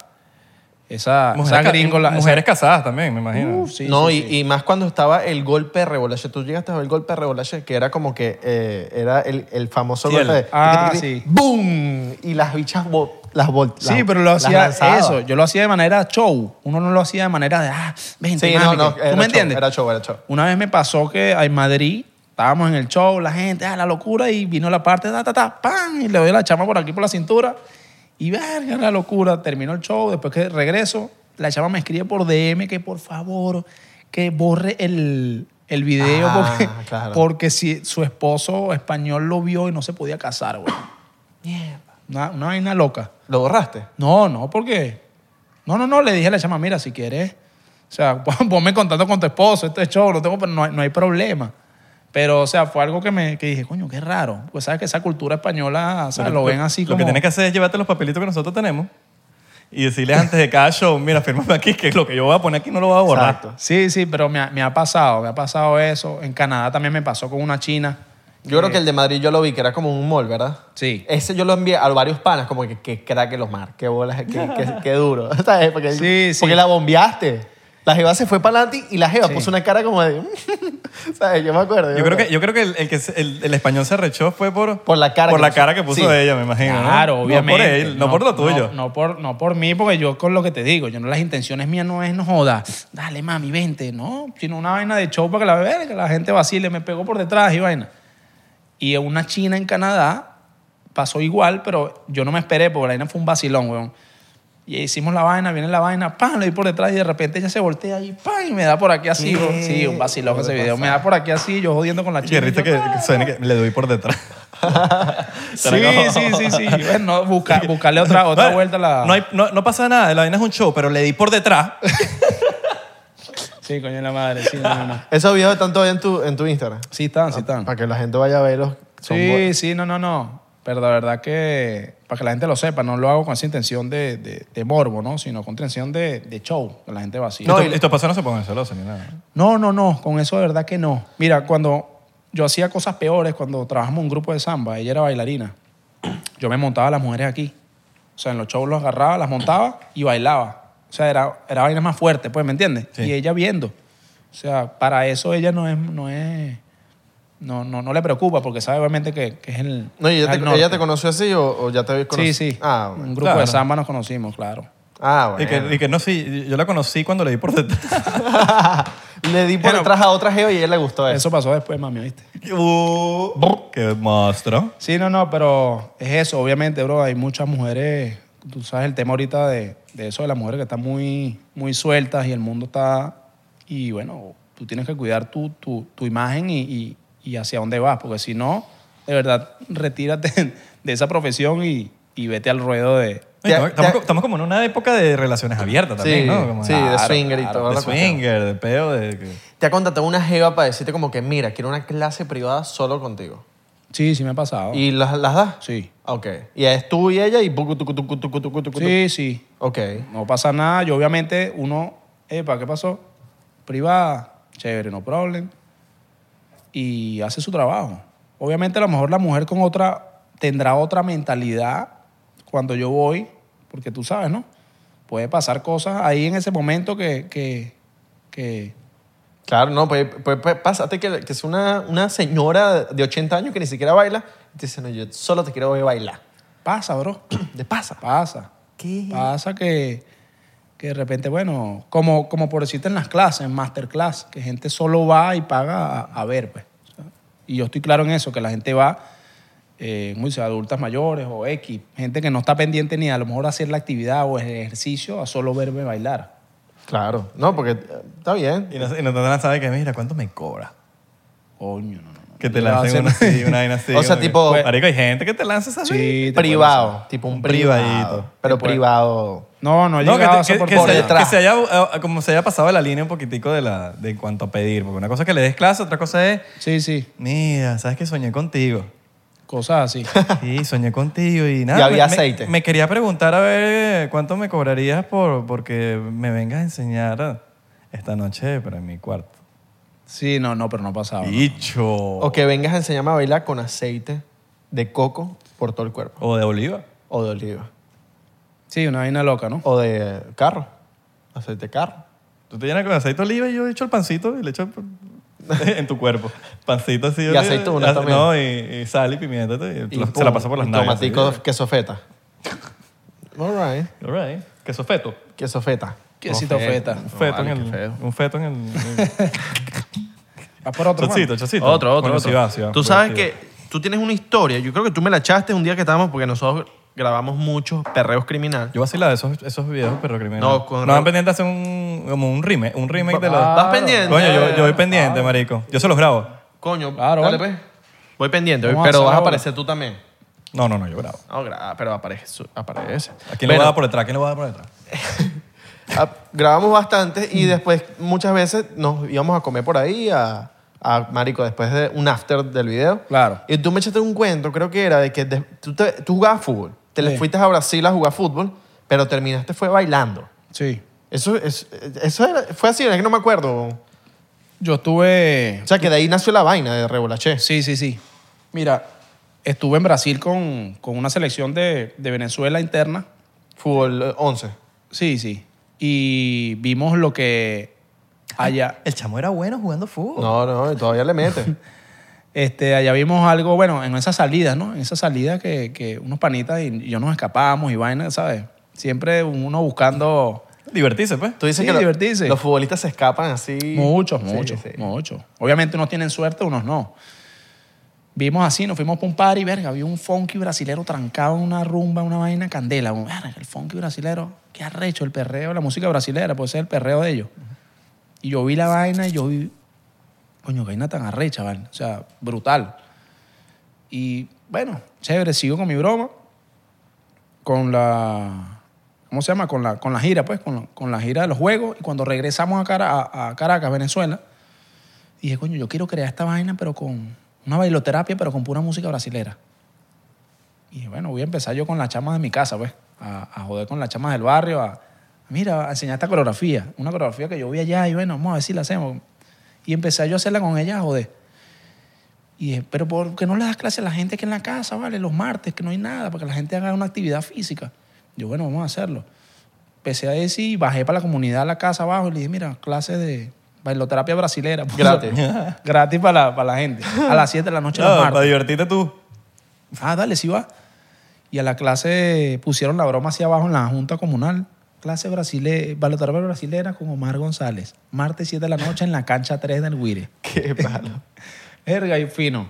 Speaker 2: esa, esa
Speaker 1: Mujeres, ca-
Speaker 2: gringola. esa-
Speaker 1: mujeres casadas también, me imagino.
Speaker 2: Uf, sí,
Speaker 3: no,
Speaker 2: sí,
Speaker 3: y, y más cuando estaba el golpe de Rebolache. Tú llegaste a ver el golpe de Rebolache, que era como que eh, era el, el famoso
Speaker 1: Sí,
Speaker 3: golpe
Speaker 1: el-
Speaker 3: de...
Speaker 2: ah,
Speaker 3: tiqui, tiqui,
Speaker 2: sí.
Speaker 3: ¡Boom! Y las bichas vo- las volteaban.
Speaker 2: Sí, pero lo hacía eso. Yo lo hacía de manera show. Uno no lo hacía de manera de, ah, ven,
Speaker 3: Sí, no,
Speaker 2: dinámica.
Speaker 3: no.
Speaker 2: ¿Tú
Speaker 3: era
Speaker 2: me
Speaker 3: show,
Speaker 2: entiendes?
Speaker 3: Era show, era show.
Speaker 2: Una vez me pasó que en Madrid estábamos en el show, la gente, ah, la locura, y vino la parte, ta, ta, ta, pam, y le doy la chama por aquí, por la cintura, y verga, la locura. Terminó el show, después que regreso, la chama me escribe por DM que por favor, que borre el, el video,
Speaker 3: Ah,
Speaker 2: porque,
Speaker 3: claro.
Speaker 2: porque si su esposo español lo vio y no se podía casar, güey. Una, una vaina loca.
Speaker 3: ¿Lo borraste?
Speaker 2: No, no, porque. No, no, no, le dije a la chama, mira, si quieres. O sea, *laughs* pon- ponme en contacto con tu esposo, esto es show, no, tengo, no, hay, no hay problema. Pero, o sea, fue algo que me que dije, coño, qué raro. Pues sabes que esa cultura española, o sea,
Speaker 1: Pero
Speaker 2: Ah, lo
Speaker 1: tú-
Speaker 2: ven así
Speaker 1: Lo
Speaker 2: como.
Speaker 1: que tienes que hacer es llevarte los papelitos que nosotros tenemos y decirles antes de cada show, mira, fírmame aquí, que lo que yo voy a poner aquí no lo voy a borrar.
Speaker 3: Exacto.
Speaker 2: Sí, sí, pero me ha, me ha pasado, me ha pasado eso. En Canadá también me pasó con una china.
Speaker 3: Yo creo que el de Madrid yo lo vi, que era como un mall, ¿verdad?
Speaker 2: Sí.
Speaker 3: Ese yo lo envié a varios panas, como que, que crack los mar, qué bolas, qué, qué- qué duro. *laughs* ¿Sabes? Porque,
Speaker 2: Sí, sí.
Speaker 3: porque la bombeaste. La jeva se fue para adelante y la jeva puso una cara como de... *laughs* ¿Sabes? Yo me acuerdo.
Speaker 1: Yo creo que, yo creo que, el, el que se- el- el español se rechó fue por,
Speaker 3: Por la cara
Speaker 1: por
Speaker 3: que
Speaker 1: la
Speaker 3: puso.
Speaker 1: cara que puso
Speaker 3: Sí.
Speaker 1: de ella, me imagino. ¿no?
Speaker 2: Claro, obviamente.
Speaker 1: No por él, no, por lo tuyo.
Speaker 2: No, no por, no por mí, porque yo con lo que te digo, yo no las intenciones mías no es no joda, dale mami, vente, no, sino una vaina de show para que la verga, que la gente vacile, me pegó por detrás y vaina. Y una china en Canadá pasó igual, pero yo no me esperé porque la vaina fue un vacilón, weón. Y hicimos la vaina, viene la vaina, ¡pam! Le di por detrás y de repente ella se voltea y ¡pam! Y me da por aquí así. bro. Sí, un vacilón ese video. Me da por aquí así, yo jodiendo con la
Speaker 1: Y
Speaker 2: chica.
Speaker 1: ahorita
Speaker 2: yo, *laughs*
Speaker 1: que, que suene que le doy por detrás.
Speaker 2: Sí, sí, sí, sí. Bueno, busca,
Speaker 1: *laughs*
Speaker 2: buscarle otra, otra
Speaker 1: Vale,
Speaker 2: vuelta a la...
Speaker 1: No, hay- no- no pasa nada, la vaina es un show, pero le di por detrás.
Speaker 2: Sí, coño de la madre. Sí, no, no, no.
Speaker 3: Esos videos están todavía en tu, en tu Instagram.
Speaker 2: sí están, sí están.
Speaker 3: Para que la gente vaya a verlos. Ah, Son bu-
Speaker 2: Sí, sí, no, no, no. Pero la verdad que, para que la gente lo sepa, no lo hago con esa intención de, de, de morbo, ¿no? Sino con intención de, de show, que la gente vacía.
Speaker 3: No,
Speaker 1: No,
Speaker 3: y-
Speaker 1: y estos pasos no se ponen celosos ni nada.
Speaker 2: No, no, no, con eso de verdad que no. Mira, cuando yo hacía cosas peores, cuando trabajamos en un grupo de samba, ella era bailarina, yo me montaba a las mujeres aquí. O sea, en los shows los agarraba, las montaba y bailaba. O sea, era, era vaina más fuerte, pues, ¿me entiendes?
Speaker 1: Sí.
Speaker 2: Y ella viendo. O sea, para eso ella no es... No es no, no, no le preocupa porque sabe obviamente que, que es el...
Speaker 3: No, ¿y ella,
Speaker 2: al
Speaker 3: te,
Speaker 2: norte.
Speaker 3: ella te conoció así o, o ya te había conocido?
Speaker 2: Sí, sí.
Speaker 3: Ah,
Speaker 2: un
Speaker 3: bueno.
Speaker 2: grupo
Speaker 1: Claro.
Speaker 2: de samba nos conocimos, claro.
Speaker 3: Ah, bueno.
Speaker 1: Y que, y que no, sí, yo la conocí cuando le di por detrás. *laughs*
Speaker 3: Le di por
Speaker 2: Bueno.
Speaker 3: detrás a otra geo y a ella le gustó eso.
Speaker 2: Eso pasó después, mami, ¿viste?
Speaker 1: Uh, brr, ¡Qué monstruo!
Speaker 2: Sí, no, no, pero es eso, obviamente, bro. Hay muchas mujeres, tú sabes el tema ahorita de, de eso de las mujeres que están muy, muy sueltas y el mundo está. Y bueno, tú tienes que cuidar tu, tu, tu imagen y, y- y hacia dónde vas, porque si no, de verdad, retírate *laughs* de esa profesión y, y vete al ruedo de.
Speaker 1: Oye,
Speaker 3: Ya-
Speaker 1: estamos- estamos,
Speaker 3: ya-
Speaker 1: co- estamos como en una época de relaciones abiertas también,
Speaker 3: Sí,
Speaker 1: ¿no? Como
Speaker 3: sí,
Speaker 1: de-
Speaker 3: de
Speaker 2: Claro,
Speaker 3: swinger y
Speaker 2: claro,
Speaker 3: todo.
Speaker 1: de
Speaker 3: la cuestión.
Speaker 1: swinger, de peo, de... que-
Speaker 3: Te ha contratado una jeva para decirte como que, mira, quiero una clase privada solo contigo.
Speaker 2: Sí, sí, me ha pasado.
Speaker 3: ¿Y las, las das?
Speaker 2: Oh. Sí.
Speaker 3: Ah, Ok. Y es tú y ella y... bucu, tucu, tucu, tucu, tucu, tucu, tucu.
Speaker 2: Sí, sí.
Speaker 3: Ok.
Speaker 2: No pasa nada. Yo, obviamente, uno, epa, ¿qué pasó? Privada, chévere, no problem. Y hace su trabajo. Obviamente, a lo mejor la mujer con otra tendrá otra mentalidad cuando yo voy, porque tú sabes, ¿no? Puede pasar cosas ahí en ese momento que. que, que
Speaker 3: Claro, no, pues, pues, pues, pásate que, que es una, una señora de 80 años que ni siquiera baila y te dice, no, yo solo te quiero ver bailar.
Speaker 2: pasa, bro. *clears throat*
Speaker 3: ¿Te pasa?
Speaker 2: Pasa.
Speaker 3: ¿Qué?
Speaker 2: Pasa que, que de repente, bueno, como, como por decirte en las clases, en masterclass, que gente solo va y paga a, a ver, pues. O sea, Y yo estoy claro en eso, que la gente va, eh, muy sea, adultas mayores o X, gente que no está pendiente ni a lo mejor hacer la actividad o el ejercicio, a solo verme bailar.
Speaker 3: Claro. No, porque eh, está bien.
Speaker 1: Y no, y no te dan a saber que, mira, ¿cuánto me cobra?
Speaker 2: Coño, no, no. no.
Speaker 1: Que te
Speaker 2: Yo
Speaker 1: lancen
Speaker 2: hacen-
Speaker 1: una
Speaker 2: *laughs*
Speaker 1: así, una
Speaker 3: *laughs*
Speaker 1: vaina así.
Speaker 3: O sea,
Speaker 1: una que- "Pues,
Speaker 3: tipo-
Speaker 1: Marico, hay gente que te lanza esas vainas.
Speaker 2: Sí, te puedes
Speaker 3: Privado. Tipo un
Speaker 1: Un
Speaker 3: privado.
Speaker 1: privadito.
Speaker 3: Pero
Speaker 2: Te puede-
Speaker 3: privado.
Speaker 2: hacer. No, no, he
Speaker 1: No, que,
Speaker 2: llegado a
Speaker 1: te-
Speaker 2: esa
Speaker 1: que- que
Speaker 2: oportunidad.
Speaker 1: se, haya-
Speaker 3: detrás.
Speaker 1: que se haya, eh, como se haya pasado de la línea un poquitico de, la, de en cuanto a pedir. Porque una cosa es que le des clase, otra cosa es,
Speaker 2: Sí, sí,
Speaker 1: mira, sabes que soñé contigo. *laughs*
Speaker 2: cosas así.
Speaker 1: Sí, soñé contigo y nada.
Speaker 3: Y
Speaker 1: me-
Speaker 3: había
Speaker 1: me-
Speaker 3: aceite.
Speaker 1: Me, quería preguntar a ver eh, cuánto me cobrarías por porque me vengas a enseñar eh, esta noche pero en mi cuarto.
Speaker 2: Sí, no, no, pero no pasaba. ¿no?
Speaker 1: Dicho.
Speaker 3: O que vengas a enseñarme a bailar con aceite de coco por todo el cuerpo.
Speaker 1: O de oliva.
Speaker 3: O de oliva.
Speaker 2: Sí, una vaina loca, ¿no?
Speaker 3: O de carro. Aceite de carro.
Speaker 1: Tú te llenas con aceite de oliva y yo echo el pancito y le echo el- *laughs* en tu cuerpo. Pancito así.
Speaker 3: Y
Speaker 1: oliva,
Speaker 3: aceitunas
Speaker 1: ac-
Speaker 3: también.
Speaker 1: No, y, y sal y pimienta. te- Y,
Speaker 3: Y
Speaker 1: se la
Speaker 3: pum,
Speaker 1: pasa por las
Speaker 3: y
Speaker 1: nalgas.
Speaker 3: Tomatico
Speaker 1: así.
Speaker 3: de queso feta. All right.
Speaker 1: All right. Queso feto.
Speaker 3: Queso feta.
Speaker 2: Quesito feta.
Speaker 1: Un feto
Speaker 3: vale,
Speaker 1: en el...
Speaker 3: qué feo.
Speaker 1: Un feto en el...
Speaker 2: Vas por otro.
Speaker 1: chocito,
Speaker 2: mano.
Speaker 1: chocito.
Speaker 3: *laughs* Otro, otro,
Speaker 1: Bueno,
Speaker 3: otro.
Speaker 1: sí va, sí va.
Speaker 3: tú sabes
Speaker 1: Divertido.
Speaker 3: que tú tienes una historia. Yo creo que tú me la echaste un día que estábamos porque nosotros grabamos muchos perreos criminal.
Speaker 1: Yo vacilaba esos, esos videos, pero criminal.
Speaker 3: No,
Speaker 1: No,
Speaker 3: con-
Speaker 1: con... No, van pendientes hacer un, como un remake, un remake de los...
Speaker 2: Ah,
Speaker 3: ¿Vas pendiente?
Speaker 1: Coño, yo, yo voy pendiente, marico. Yo se los grabo.
Speaker 3: Coño,
Speaker 2: Claro,
Speaker 3: dale
Speaker 2: vale.
Speaker 3: pues. Voy pendiente, voy-
Speaker 2: Vamos a
Speaker 3: pero
Speaker 2: hacer
Speaker 3: vas a
Speaker 2: ahora.
Speaker 3: aparecer tú también.
Speaker 1: No, no, no, yo grabo.
Speaker 3: No, gra- ah, pero aparece. aparece.
Speaker 1: ¿A quién
Speaker 3: Bueno,
Speaker 1: le voy a dar por detrás? ¿A quién le voy a dar por detrás?
Speaker 3: Ah, grabamos bastante y después muchas veces nos íbamos a comer por ahí a, a Marico después de un after del video.
Speaker 2: Claro.
Speaker 3: Y tú me echaste un cuento, creo que era de que de- tú, te- tú jugabas fútbol. Te le
Speaker 2: Sí.
Speaker 3: fuiste a Brasil a jugar fútbol, pero terminaste fue bailando.
Speaker 2: Sí.
Speaker 3: Eso, es- eso era- fue así, es que no me acuerdo.
Speaker 2: Yo estuve.
Speaker 3: O sea, que de ahí nació la vaina de Rebolaché.
Speaker 2: Sí, sí, sí. Mira, estuve en Brasil con, con una selección de, de Venezuela interna.
Speaker 3: Fútbol eh, 11.
Speaker 2: Sí, sí. Y vimos lo que allá.
Speaker 1: El chamo era bueno jugando fútbol.
Speaker 3: No, no, y todavía
Speaker 2: *laughs*
Speaker 3: le mete.
Speaker 2: Este, allá vimos algo, bueno, en esas salidas, ¿no? En esas salidas que, que unos panitas y, y yo nos escapábamos y vaina, ¿sabes? Siempre uno buscando
Speaker 1: Divertirse, pues.
Speaker 3: Tú dices
Speaker 2: Sí,
Speaker 3: que lo-
Speaker 2: divertirse.
Speaker 3: los futbolistas se escapan así.
Speaker 2: muchos,
Speaker 3: Sí,
Speaker 2: muchos,
Speaker 3: sí.
Speaker 2: muchos. Obviamente unos tienen suerte, unos no. Vimos así, nos fuimos para un party, verga, había un funky brasilero trancado en una rumba, una vaina candela. Un, verga, el funky brasilero, qué arrecho, el perreo, la música brasilera, puede ser el perreo de ellos. Y yo vi la vaina y yo vi, coño, qué vaina tan arrecha, ¿vale? O sea, brutal. Y bueno, chévere, sigo con mi broma, con la, ¿cómo se llama? Con la, con la gira, pues, con la, con la gira de los juegos. Y cuando regresamos a, Cara- a- a Caracas, Venezuela, dije, coño, yo quiero crear esta vaina, pero con una bailoterapia, pero con pura música brasilera. Y dije, bueno, voy a empezar yo con las chamas de mi casa, pues, a, a joder con las chamas del barrio, a, mira, a enseñar esta coreografía, una coreografía que yo vi allá y bueno, vamos a ver si la hacemos. Y empecé yo a hacerla con ellas, a joder. Y dije, pero ¿por qué no le das clase a la gente que en la casa, vale? Los martes, que no hay nada, para que la gente haga una actividad física. Yo, bueno, vamos a hacerlo. Empecé a decir, bajé para la comunidad, a la casa abajo, y le dije, mira, clases de bailoterapia brasilera. pues.
Speaker 3: Gratis.
Speaker 2: *laughs* Gratis para la, para la gente. A las 7 de la noche los
Speaker 1: No,
Speaker 2: martes.
Speaker 1: para divertirte tú.
Speaker 2: Ah, dale, sí va. Y a la clase pusieron la broma hacia abajo en la junta comunal. Clase brasile, balotarbe brasilera con Omar González. Martes 7 de la noche en la cancha 3 del Guire.
Speaker 3: Qué malo.
Speaker 2: Verga y fino.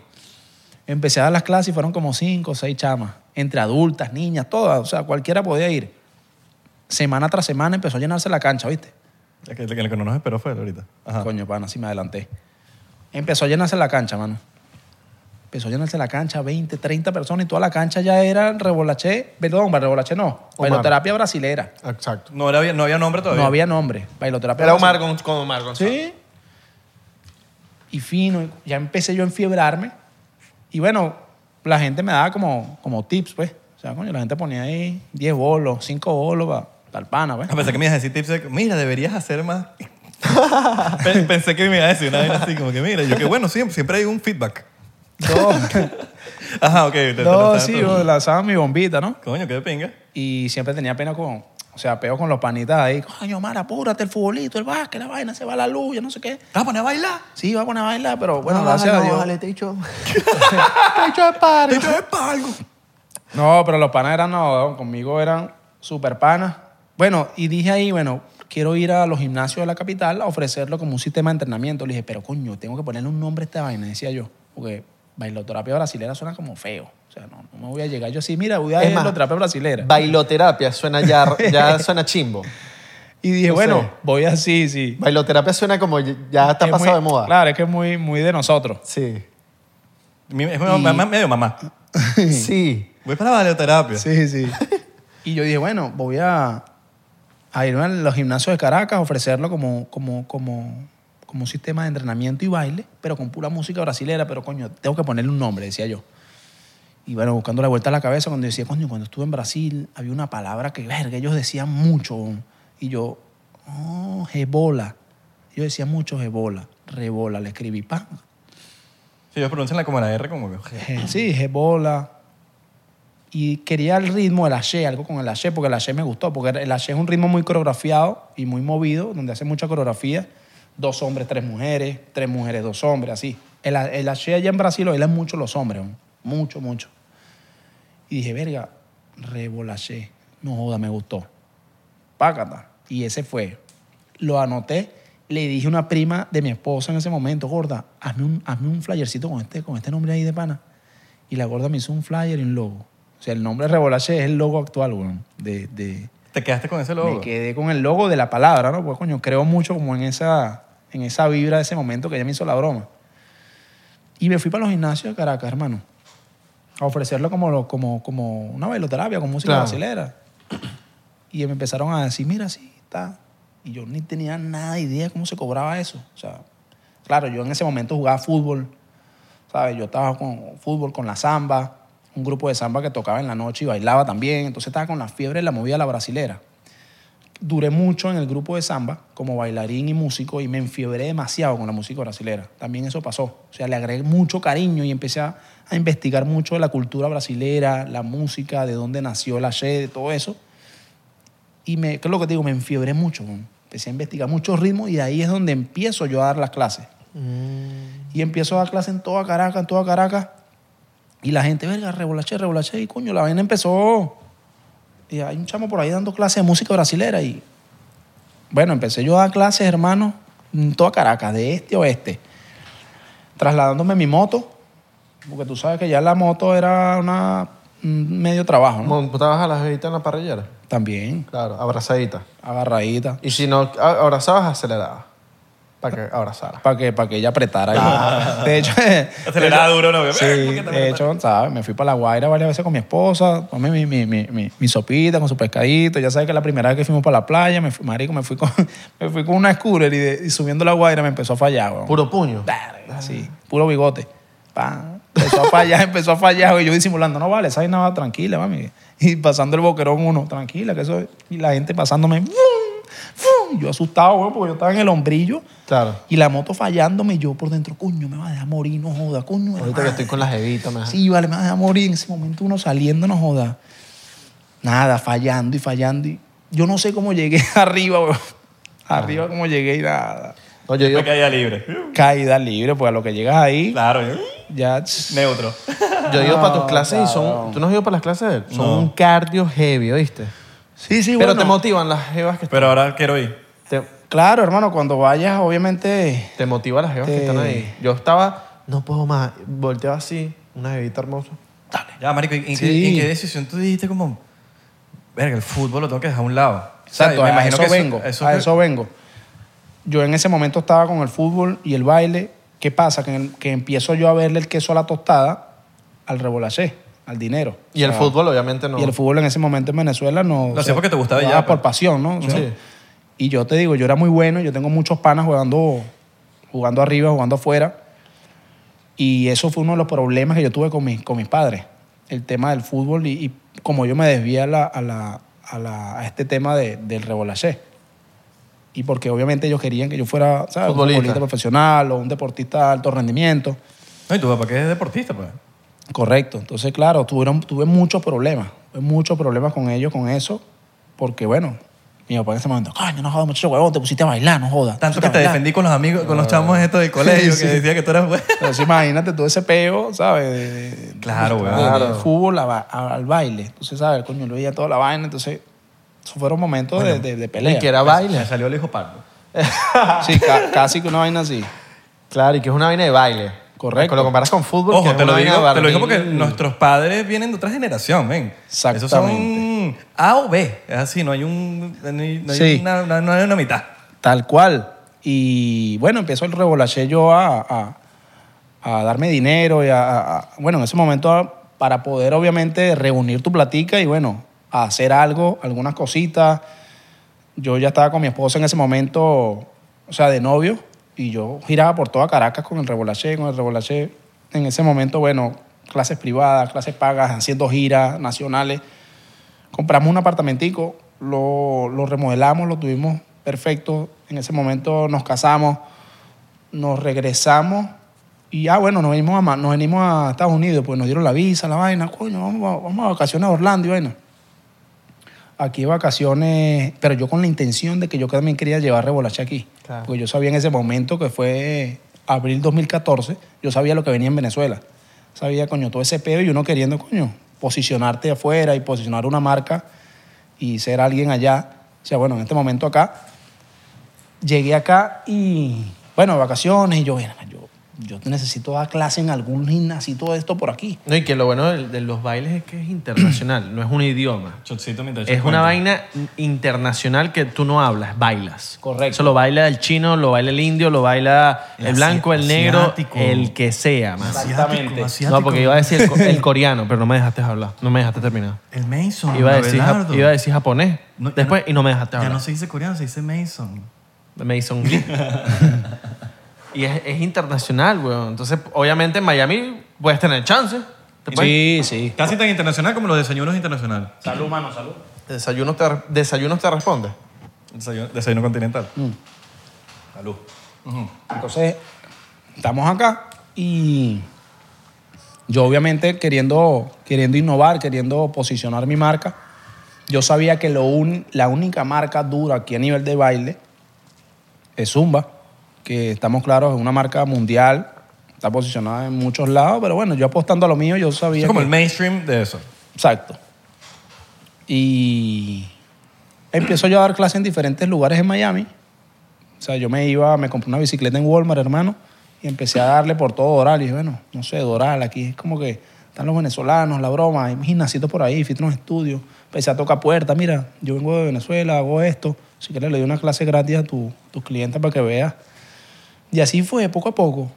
Speaker 2: Empecé a dar las clases y fueron como 5 o 6 chamas. Entre adultas, niñas, todas. O sea, cualquiera podía ir. Semana tras semana empezó a llenarse la cancha, ¿viste?
Speaker 1: El que, el que no nos esperó fue él ahorita. Ajá.
Speaker 2: Coño, pana, así me adelanté. Empezó a llenarse la cancha, mano. Empezó a llenarse la cancha, 20, 30 personas y toda la cancha ya era rebolaché, perdón, rebolaché no, bailoterapia brasilera.
Speaker 3: Exacto.
Speaker 1: No, era, no había nombre todavía.
Speaker 2: No había nombre, bailoterapia
Speaker 3: Era Omar
Speaker 2: brasilera.
Speaker 3: con, con Omar González.
Speaker 2: Sí. Y fino, y ya empecé yo a enfiebrarme. Y bueno, la gente me daba como, como tips, pues. O sea, coño, la gente ponía ahí 10 bolos, 5 bolos para el pana,
Speaker 3: *laughs*
Speaker 2: pues.
Speaker 1: Ah, Pensé que me ibas a decir tips de que, mira, deberías hacer más. *laughs* Pe- Pensé que me ibas a decir una vaina así, como que mira, yo que bueno, siempre, siempre hay un feedback.
Speaker 2: No,
Speaker 1: Ajá, ok. te- te lo
Speaker 2: no
Speaker 1: sabes
Speaker 2: sí,
Speaker 1: tú.
Speaker 2: yo lanzaba mi bombita, ¿no?
Speaker 1: Coño, qué de pinga.
Speaker 2: Y siempre tenía pena con, o sea, peo con los panitas ahí. Coño, Omar, apúrate el futbolito, el básquet, la vaina, se va la luz, yo no sé qué.
Speaker 1: ¿Te vas a poner a bailar?
Speaker 2: Sí, va a poner a bailar, pero bueno, gracias a Dios.
Speaker 3: te dicho. te dicho de
Speaker 1: Te
Speaker 3: padre.
Speaker 1: echas para algo.
Speaker 2: No, pero los panas eran, no, conmigo eran super panas. Bueno, y dije ahí, bueno, quiero ir a los gimnasios de la capital a ofrecerlo como un sistema de entrenamiento. Le dije, pero coño, tengo que ponerle un nombre a esta vaina, decía yo. Porque bailoterapia brasilera suena como feo. O sea, no, no me voy a llegar yo así, mira, voy a
Speaker 3: Es más,
Speaker 2: bailoterapia brasilera.
Speaker 3: Bailoterapia suena ya,
Speaker 2: *laughs*
Speaker 3: ya suena chimbo.
Speaker 2: y dije,
Speaker 3: no
Speaker 2: bueno,
Speaker 3: sé.
Speaker 2: voy así, sí.
Speaker 3: Bailoterapia suena como ya está
Speaker 2: Es
Speaker 3: pasado
Speaker 2: muy-
Speaker 3: de moda.
Speaker 2: Claro, es que es muy, muy de nosotros.
Speaker 3: Sí.
Speaker 1: Mi- Es mi mamá- medio mamá.
Speaker 3: Sí.
Speaker 1: Voy para la bailoterapia.
Speaker 2: Sí, sí. *laughs* y yo dije, bueno, voy a, a irme a los gimnasios de Caracas a ofrecerlo como, como, como, como un sistema de entrenamiento y baile, pero con pura música brasilera, pero coño, tengo que ponerle un nombre, decía yo. Y bueno, buscando la vuelta a la cabeza, cuando decía, coño, cuando estuve en Brasil, había una palabra que, verga, ellos decían mucho. weón. Y yo, oh, jebola. Ellos decían mucho jebola, rebola, le escribí, pan.
Speaker 1: Sí, ellos pronuncian la como la R, como que.
Speaker 2: Je- Sí, jebola. Y quería el ritmo del haché, algo con el haché, porque el haché me gustó, porque el haché es un ritmo muy coreografiado y muy movido, donde hace mucha coreografía. Dos hombres, tres mujeres, tres mujeres, dos hombres, así. El, ha- el haché allá en Brasil lo bailan mucho los hombres, ¿no? mucho, mucho. Y dije, verga, rebolaché. No joda, me gustó. Pácata. Y ese fue. Lo anoté. Le dije a una prima de mi esposa en ese momento, gorda, hazme un, hazme un flyercito con este, con este nombre ahí de pana. Y la gorda me hizo un flyer y un logo. O sea, el nombre Rebolache es el logo actual, weón. De, de,
Speaker 1: Te quedaste con ese logo.
Speaker 2: me quedé con el logo de la palabra, ¿no? Pues coño, creo mucho como en esa, en esa vibra de ese momento que ella me hizo la broma. Y me fui para los gimnasios de Caracas, hermano, a ofrecerlo como, lo- como, como una bailoterapia, con música
Speaker 3: Claro.
Speaker 2: brasilera. Y me empezaron a decir, mira, sí, está. Y yo ni tenía nada de idea de cómo se cobraba eso. O sea, claro, yo en ese momento jugaba fútbol, ¿sabes? Yo estaba con fútbol, con la samba, un grupo de samba que tocaba en la noche y bailaba también. Entonces estaba con la fiebre de la movida de la brasilera duré mucho en el grupo de samba como bailarín y músico y me enfiebré demasiado con la música brasilera. También eso pasó. O sea, le agregué mucho cariño y empecé a, a investigar mucho de la cultura brasilera, la música, de dónde nació la de todo eso. Y me, ¿qué es lo que te digo? Me enfiebré mucho. weón. Empecé a investigar muchos ritmos y de ahí es donde empiezo yo a dar las clases. Mm. Y empiezo a dar clases en toda Caracas, en toda Caracas. Y la gente, verga, rebolaché, rebolaché. Y coño, la vaina empezó. Y hay un chamo por ahí dando clases de música brasilera. Y bueno, empecé yo a dar clases, hermano, en toda Caracas, de este a oeste. Trasladándome en mi moto Porque tú sabes que ya la moto era una, un medio trabajo, ¿no?
Speaker 3: Montabas a la jevita en la parrillera.
Speaker 2: También,
Speaker 3: Claro, abrazadita.
Speaker 2: agarradita.
Speaker 3: Y si no a- abrazabas, acelerabas. Para que abrazara.
Speaker 2: Para que, para que ella apretara. ahí.
Speaker 1: *laughs*
Speaker 2: De hecho,
Speaker 1: Acelerada Ah. duro, ¿no?
Speaker 2: Sí, de hecho, ¿sabes? Me fui para La Guaira varias veces con mi esposa, tomé mi, mi, mi, mi, mi sopita con su pescadito. Ya sabes que la primera vez que fuimos para la playa, me fui, marico, me fui con, *laughs* me fui con una scooter y, de- y subiendo La Guaira me empezó a fallar, weón.
Speaker 3: Puro puño.
Speaker 2: Verga, así, puro bigote. Pa, empezó a fallar, *laughs* empezó a fallar. Y yo disimulando, no vale, esa vaina va tranquila, mami. *laughs* Y pasando el boquerón uno, tranquila, que eso. Y la gente pasándome, ¡fum! ¡fum! Yo asustado, weón, porque yo estaba en el hombrillo.
Speaker 3: Claro.
Speaker 2: Y la moto fallándome, y yo por dentro, coño, me va a dejar morir, no joda, coño.
Speaker 3: Ahorita que
Speaker 2: hermano".
Speaker 3: estoy con la jevita, me
Speaker 2: Sí, vale, me vas a dejar morir. En ese momento uno saliendo, no joda. Nada, fallando y fallando. Y yo no sé cómo llegué *laughs* arriba, weón. Arriba cómo llegué y nada.
Speaker 3: No, yo, yo,
Speaker 1: Me caía libre.
Speaker 2: Caída libre, pues a lo que llegas ahí,
Speaker 1: Claro, yo-
Speaker 2: ya... ch-
Speaker 1: neutro.
Speaker 3: yo he ido para tus
Speaker 2: No,
Speaker 3: clases y son.
Speaker 2: cabrón.
Speaker 3: ¿Tú no has ido para las clases de él? Son
Speaker 1: No.
Speaker 3: un cardio heavy, ¿oíste?
Speaker 2: Sí, sí,
Speaker 3: Pero
Speaker 2: bueno.
Speaker 3: te motivan las jevas que
Speaker 1: Pero ahora quiero ir.
Speaker 3: te,
Speaker 2: Claro, hermano, cuando vayas, obviamente...
Speaker 3: te motiva las jevas que
Speaker 2: Te-
Speaker 3: están ahí. Yo estaba, no puedo más. Volteaba así, una jevita hermosa.
Speaker 1: Ya, marico, ¿y en,
Speaker 2: Sí.
Speaker 1: qué, en qué decisión tú dijiste como, verga, el fútbol lo tengo que dejar a un lado? O sea,
Speaker 2: Exacto,
Speaker 1: me
Speaker 2: a
Speaker 1: imagino
Speaker 2: eso
Speaker 1: que
Speaker 2: vengo, a eso vengo. Yo en ese momento estaba con el fútbol y el baile. ¿Qué pasa? Que, en el- que empiezo yo a verle el queso a la tostada al rebolacé, al dinero.
Speaker 3: Y el fútbol, obviamente, no.
Speaker 2: Y el fútbol en ese momento en Venezuela no...
Speaker 1: Lo hacía porque te gustaba y
Speaker 2: jugaba
Speaker 1: ya,
Speaker 2: por
Speaker 1: pues.
Speaker 2: pasión, ¿no? O sea,
Speaker 3: Sí.
Speaker 2: Y yo te digo, yo era muy bueno, yo tengo muchos panas jugando, jugando arriba, jugando afuera. Y eso fue uno de los problemas que yo tuve con, mis- con mis padres, el tema del fútbol y, y como yo me desvía a, la- a la- a la- a este tema de- del revolacé. Y porque obviamente ellos querían que yo fuera, ¿sabes? Un
Speaker 3: Futbolista.
Speaker 2: futbolista profesional o un deportista de alto rendimiento.
Speaker 1: No, y tu papá que es deportista, pues.
Speaker 2: Correcto. Entonces, claro, tuvieron, tuve muchos problemas. Tuve muchos problemas con ellos, con eso. Porque, bueno, mi papá en ese momento, coño, no jodas, muchacho huevón, te pusiste a bailar, no jodas.
Speaker 1: Tanto
Speaker 2: pusiste
Speaker 1: que
Speaker 2: a
Speaker 1: te
Speaker 2: bailar".
Speaker 1: defendí con los amigos, con los chamos
Speaker 2: Ah.
Speaker 1: estos *laughs* del colegio,
Speaker 2: Sí,
Speaker 1: que
Speaker 2: sí.
Speaker 1: decía que tú eras *laughs* bueno.
Speaker 2: Entonces, imagínate todo ese peo, ¿sabes? De- de-
Speaker 1: Claro,
Speaker 2: de-
Speaker 1: weón.
Speaker 2: de- de
Speaker 3: Claro.
Speaker 2: fútbol a ba- a- al baile. Entonces, ¿sabes? Coño, lo veía toda la vaina. Entonces, esos fueron momentos de- de, de pelea.
Speaker 3: que era
Speaker 1: Me
Speaker 3: baile.
Speaker 1: salió el hijo pardo.
Speaker 2: Sí, ca- casi que una vaina así.
Speaker 3: Claro, y que es una vaina de baile.
Speaker 2: Correcto.
Speaker 3: Cuando lo comparas con fútbol, que
Speaker 1: Ojo,
Speaker 3: es
Speaker 1: te lo,
Speaker 3: una vaina
Speaker 1: digo,
Speaker 3: de
Speaker 1: te lo digo porque
Speaker 3: barril.
Speaker 1: nuestros padres vienen de otra generación, ven. Esos son
Speaker 2: Exactamente.
Speaker 1: A o B. Es así, no hay, un, no hay, no hay
Speaker 2: Sí.
Speaker 1: una, una- no hay una mitad.
Speaker 2: Tal cual. Y bueno, empezó el revolaché yo a, a- a darme dinero y a, a- a- bueno, en ese momento a- para poder obviamente reunir tu platica y bueno, hacer algo, algunas cositas. Yo ya estaba con mi esposa en ese momento, o sea, de novio, y yo giraba por toda Caracas con el revolaché, con el revolaché. En ese momento, bueno, clases privadas, clases pagas, haciendo giras nacionales compramos un apartamentico, lo, lo remodelamos, lo tuvimos perfecto. En ese momento nos casamos, nos regresamos y ya bueno, nos venimos a, Ma- nos venimos a Estados Unidos, pues nos dieron la visa, la vaina, coño, vamos, a- vamos a vacaciones a Orlando y vaina. Aquí vacaciones, pero yo con la intención de que yo también quería llevar Rebolache aquí.
Speaker 3: Claro.
Speaker 2: Porque yo sabía en ese momento que fue abril 2014, yo sabía lo que venía en Venezuela. Sabía, coño, todo ese pedo y uno queriendo, coño, posicionarte afuera y posicionar una marca y ser alguien allá. O sea, bueno, en este momento acá, llegué acá y, bueno, de vacaciones, y yo, "Mira, yo, yo necesito dar clase en algún gimnasio, todo esto por aquí.
Speaker 3: No, y que lo bueno de, de los bailes es que es internacional, no es un idioma.
Speaker 1: Chocito mientras
Speaker 3: Es
Speaker 1: yo
Speaker 3: una
Speaker 1: cuento.
Speaker 3: vaina internacional que tú no hablas, bailas.
Speaker 2: Correcto.
Speaker 3: Eso lo baila el chino, lo baila el indio, lo baila el,
Speaker 1: El asi-
Speaker 3: blanco, el negro,
Speaker 1: asiático.
Speaker 3: el que sea, mano.
Speaker 1: Asiático, asiático.
Speaker 3: No, porque iba a decir el, co- el coreano, pero no me dejaste hablar, no me dejaste terminar.
Speaker 1: El Mason.
Speaker 3: Iba a decir, ja-
Speaker 1: Abelardo.
Speaker 3: iba a decir japonés,
Speaker 1: No, ya
Speaker 3: después y no me dejaste
Speaker 1: Ya
Speaker 3: hablar.
Speaker 1: no se dice coreano, se dice Mason.
Speaker 3: Me hizo
Speaker 1: *laughs*
Speaker 3: un clip. y es, es internacional, weón. Entonces, obviamente en Miami puedes tener chance. Te puedes-
Speaker 2: Sí, sí.
Speaker 1: Casi tan internacional como los desayunos internacionales.
Speaker 2: Salud, mano, salud.
Speaker 3: Desayuno te, desayuno te responde.
Speaker 1: Desayuno, desayuno continental.
Speaker 3: Mm.
Speaker 1: Salud.
Speaker 2: Entonces, estamos acá y yo obviamente queriendo, queriendo innovar, queriendo posicionar mi marca, yo sabía que lo un- la única marca dura aquí a nivel de baile es Zumba, que estamos claros, es una marca mundial, está posicionada en muchos lados, pero bueno, yo apostando a lo mío, yo sabía...
Speaker 1: Es como
Speaker 2: que-
Speaker 1: el mainstream de eso.
Speaker 2: Exacto. Y empiezo yo a dar clases en diferentes lugares en Miami. O sea, yo me iba, me compré una bicicleta en Walmart, hermano. Y empecé a darle por todo Doral. Y dije, bueno, no sé, Doral, aquí es como que están los venezolanos, la broma, hay gimnasios por ahí, fui a unos estudios. Empecé a tocar puertas, mira, yo vengo de Venezuela, hago esto. Si quieres, le doy una clase gratis a tu- tus clientes para que veas. Y así fue, poco a poco.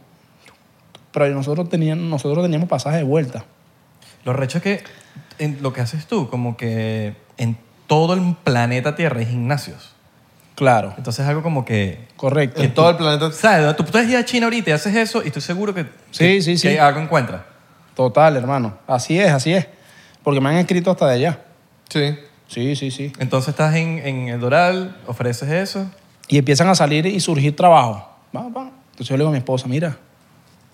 Speaker 2: Pero nosotros teníamos, nosotros teníamos pasaje de vuelta.
Speaker 1: Lo recho es que en lo que haces tú, como que en todo el planeta Tierra hay gimnasios.
Speaker 2: Claro,
Speaker 1: Entonces es algo como que...
Speaker 2: correcto.
Speaker 3: En todo el planeta.
Speaker 1: ¿Sabes? Tú puedes ir a China ahorita y haces eso y estoy seguro que,
Speaker 2: Sí,
Speaker 1: que-
Speaker 2: sí, sí.
Speaker 1: que algo encuentras.
Speaker 2: Total, hermano. Así es, así es. Porque me han escrito hasta de allá.
Speaker 3: Sí.
Speaker 2: Sí, sí, sí.
Speaker 1: Entonces estás en, en el Doral, ofreces eso.
Speaker 2: Y empiezan a salir y surgir trabajo. Va, va. Entonces yo le digo a mi esposa, mira,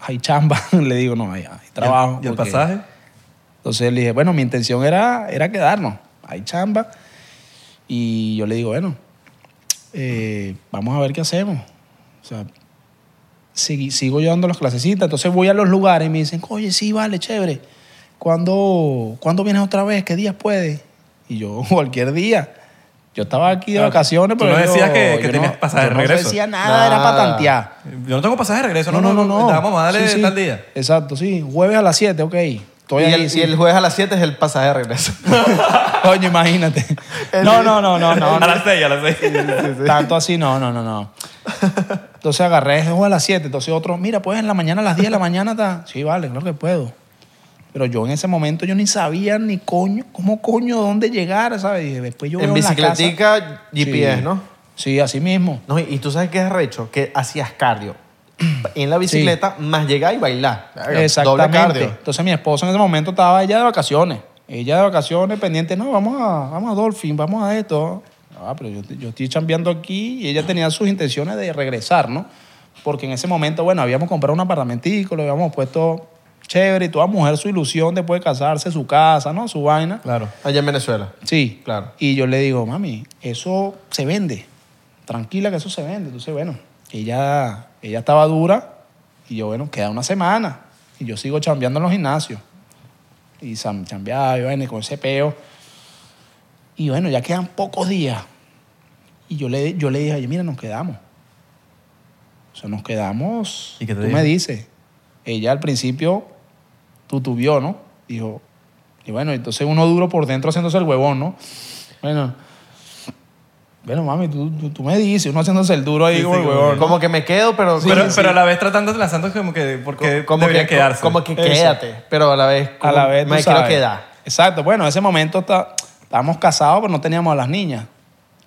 Speaker 2: hay chamba. *laughs* le digo, no, hay, hay trabajo.
Speaker 1: ¿Y el, y el
Speaker 2: porque-
Speaker 1: pasaje?
Speaker 2: Entonces le dije, bueno, mi intención era, era quedarnos. Hay chamba. Y yo le digo, bueno, eh, vamos a ver qué hacemos. O sea, sigui- sigo yo dando las clasecitas. Entonces voy a los lugares y me dicen, oye, sí, vale, chévere. ¿Cuándo, ¿cuándo vienes otra vez? ¿Qué días puedes? Y yo, *laughs* cualquier día. Yo estaba aquí de
Speaker 1: Ah,
Speaker 2: vacaciones,
Speaker 1: tú
Speaker 2: pero
Speaker 1: no
Speaker 2: yo-
Speaker 1: decías que- que
Speaker 2: yo
Speaker 1: tenías
Speaker 2: no,
Speaker 1: pasaje de
Speaker 2: yo
Speaker 1: regreso.
Speaker 2: No decía nada, era
Speaker 3: Nada.
Speaker 2: para tantear.
Speaker 1: Yo no tengo pasaje de regreso. No, no, no. Vamos a darle
Speaker 2: Sí, sí.
Speaker 1: tal día.
Speaker 2: Exacto, sí. Jueves a las 7, ok. Estoy
Speaker 3: Y
Speaker 2: ahí,
Speaker 3: el,
Speaker 2: sí.
Speaker 3: y el jueves a las 7 es el pasaje de regreso.
Speaker 2: Coño, imagínate. No, no, no,
Speaker 3: *laughs*
Speaker 2: no, no.
Speaker 1: a las seis, a las seis.
Speaker 2: Tanto así, no, no, no, no. Entonces agarré ese juego a las 7. Entonces otro, mira, pues en la mañana a las 10 de la mañana está. Sí, vale, claro que puedo. Pero yo en ese momento yo ni sabía ni coño, cómo coño, dónde llegar, ¿sabes? Y después yo
Speaker 3: *laughs* en
Speaker 2: veo la casa.
Speaker 3: bicicletica, GPS,
Speaker 2: Sí.
Speaker 3: ¿no?
Speaker 2: Sí, así mismo.
Speaker 3: No, y, y tú sabes qué es recho, que hacías cardio. *clears throat* En la bicicleta, más llegar y bailar. Verga, Doble
Speaker 2: Exactamente.
Speaker 3: cardio.
Speaker 2: Entonces mi esposa en ese momento estaba ella de vacaciones. Ella de vacaciones, pendiente, no, vamos a, vamos a Dolphin, vamos a esto. Ah, pero yo, yo estoy chambeando aquí y ella tenía sus intenciones de regresar, ¿no? Porque en ese momento, bueno, habíamos comprado un apartamentico, lo habíamos puesto chévere y toda mujer su ilusión después de casarse, su casa, ¿no? Su vaina.
Speaker 1: Claro.
Speaker 3: Allá en Venezuela.
Speaker 2: Sí.
Speaker 3: Claro.
Speaker 2: Y yo le digo, mami, eso se vende. Tranquila que eso se vende. Entonces, bueno, ella, ella estaba dura y yo, bueno, queda una semana. Y yo sigo chambeando en los gimnasios. Y sam- chambeaba y vaina, y con ese peo. Y bueno, ya quedan pocos días. Y yo le, yo le dije, oye, mira, nos quedamos. O sea, nos quedamos.
Speaker 1: ¿Y qué te
Speaker 2: Tú
Speaker 1: dijo?
Speaker 2: me dices. Ella al principio tutubió, ¿no? Dijo, y bueno, entonces uno duro por dentro haciéndose el huevón, ¿no? Bueno, bueno, mami, tú, tú, tú me dices, uno haciéndose el duro ahí
Speaker 1: Sí,
Speaker 2: como
Speaker 1: sí,
Speaker 2: el
Speaker 1: como
Speaker 2: huevón. ¿no?
Speaker 3: Como que me quedo, pero.
Speaker 1: pero,
Speaker 3: sí,
Speaker 1: pero
Speaker 3: sí.
Speaker 1: a la vez tratando de lanzando como que porque
Speaker 3: como
Speaker 1: debería
Speaker 3: que,
Speaker 1: quedarse.
Speaker 3: Como que
Speaker 2: Eso.
Speaker 3: quédate, pero a la vez.
Speaker 2: A
Speaker 3: como
Speaker 2: la vez, tú
Speaker 3: Me quiero
Speaker 2: sabes.
Speaker 3: quedar.
Speaker 2: Exacto, bueno, en ese momento está, estábamos casados, pero no teníamos a las niñas.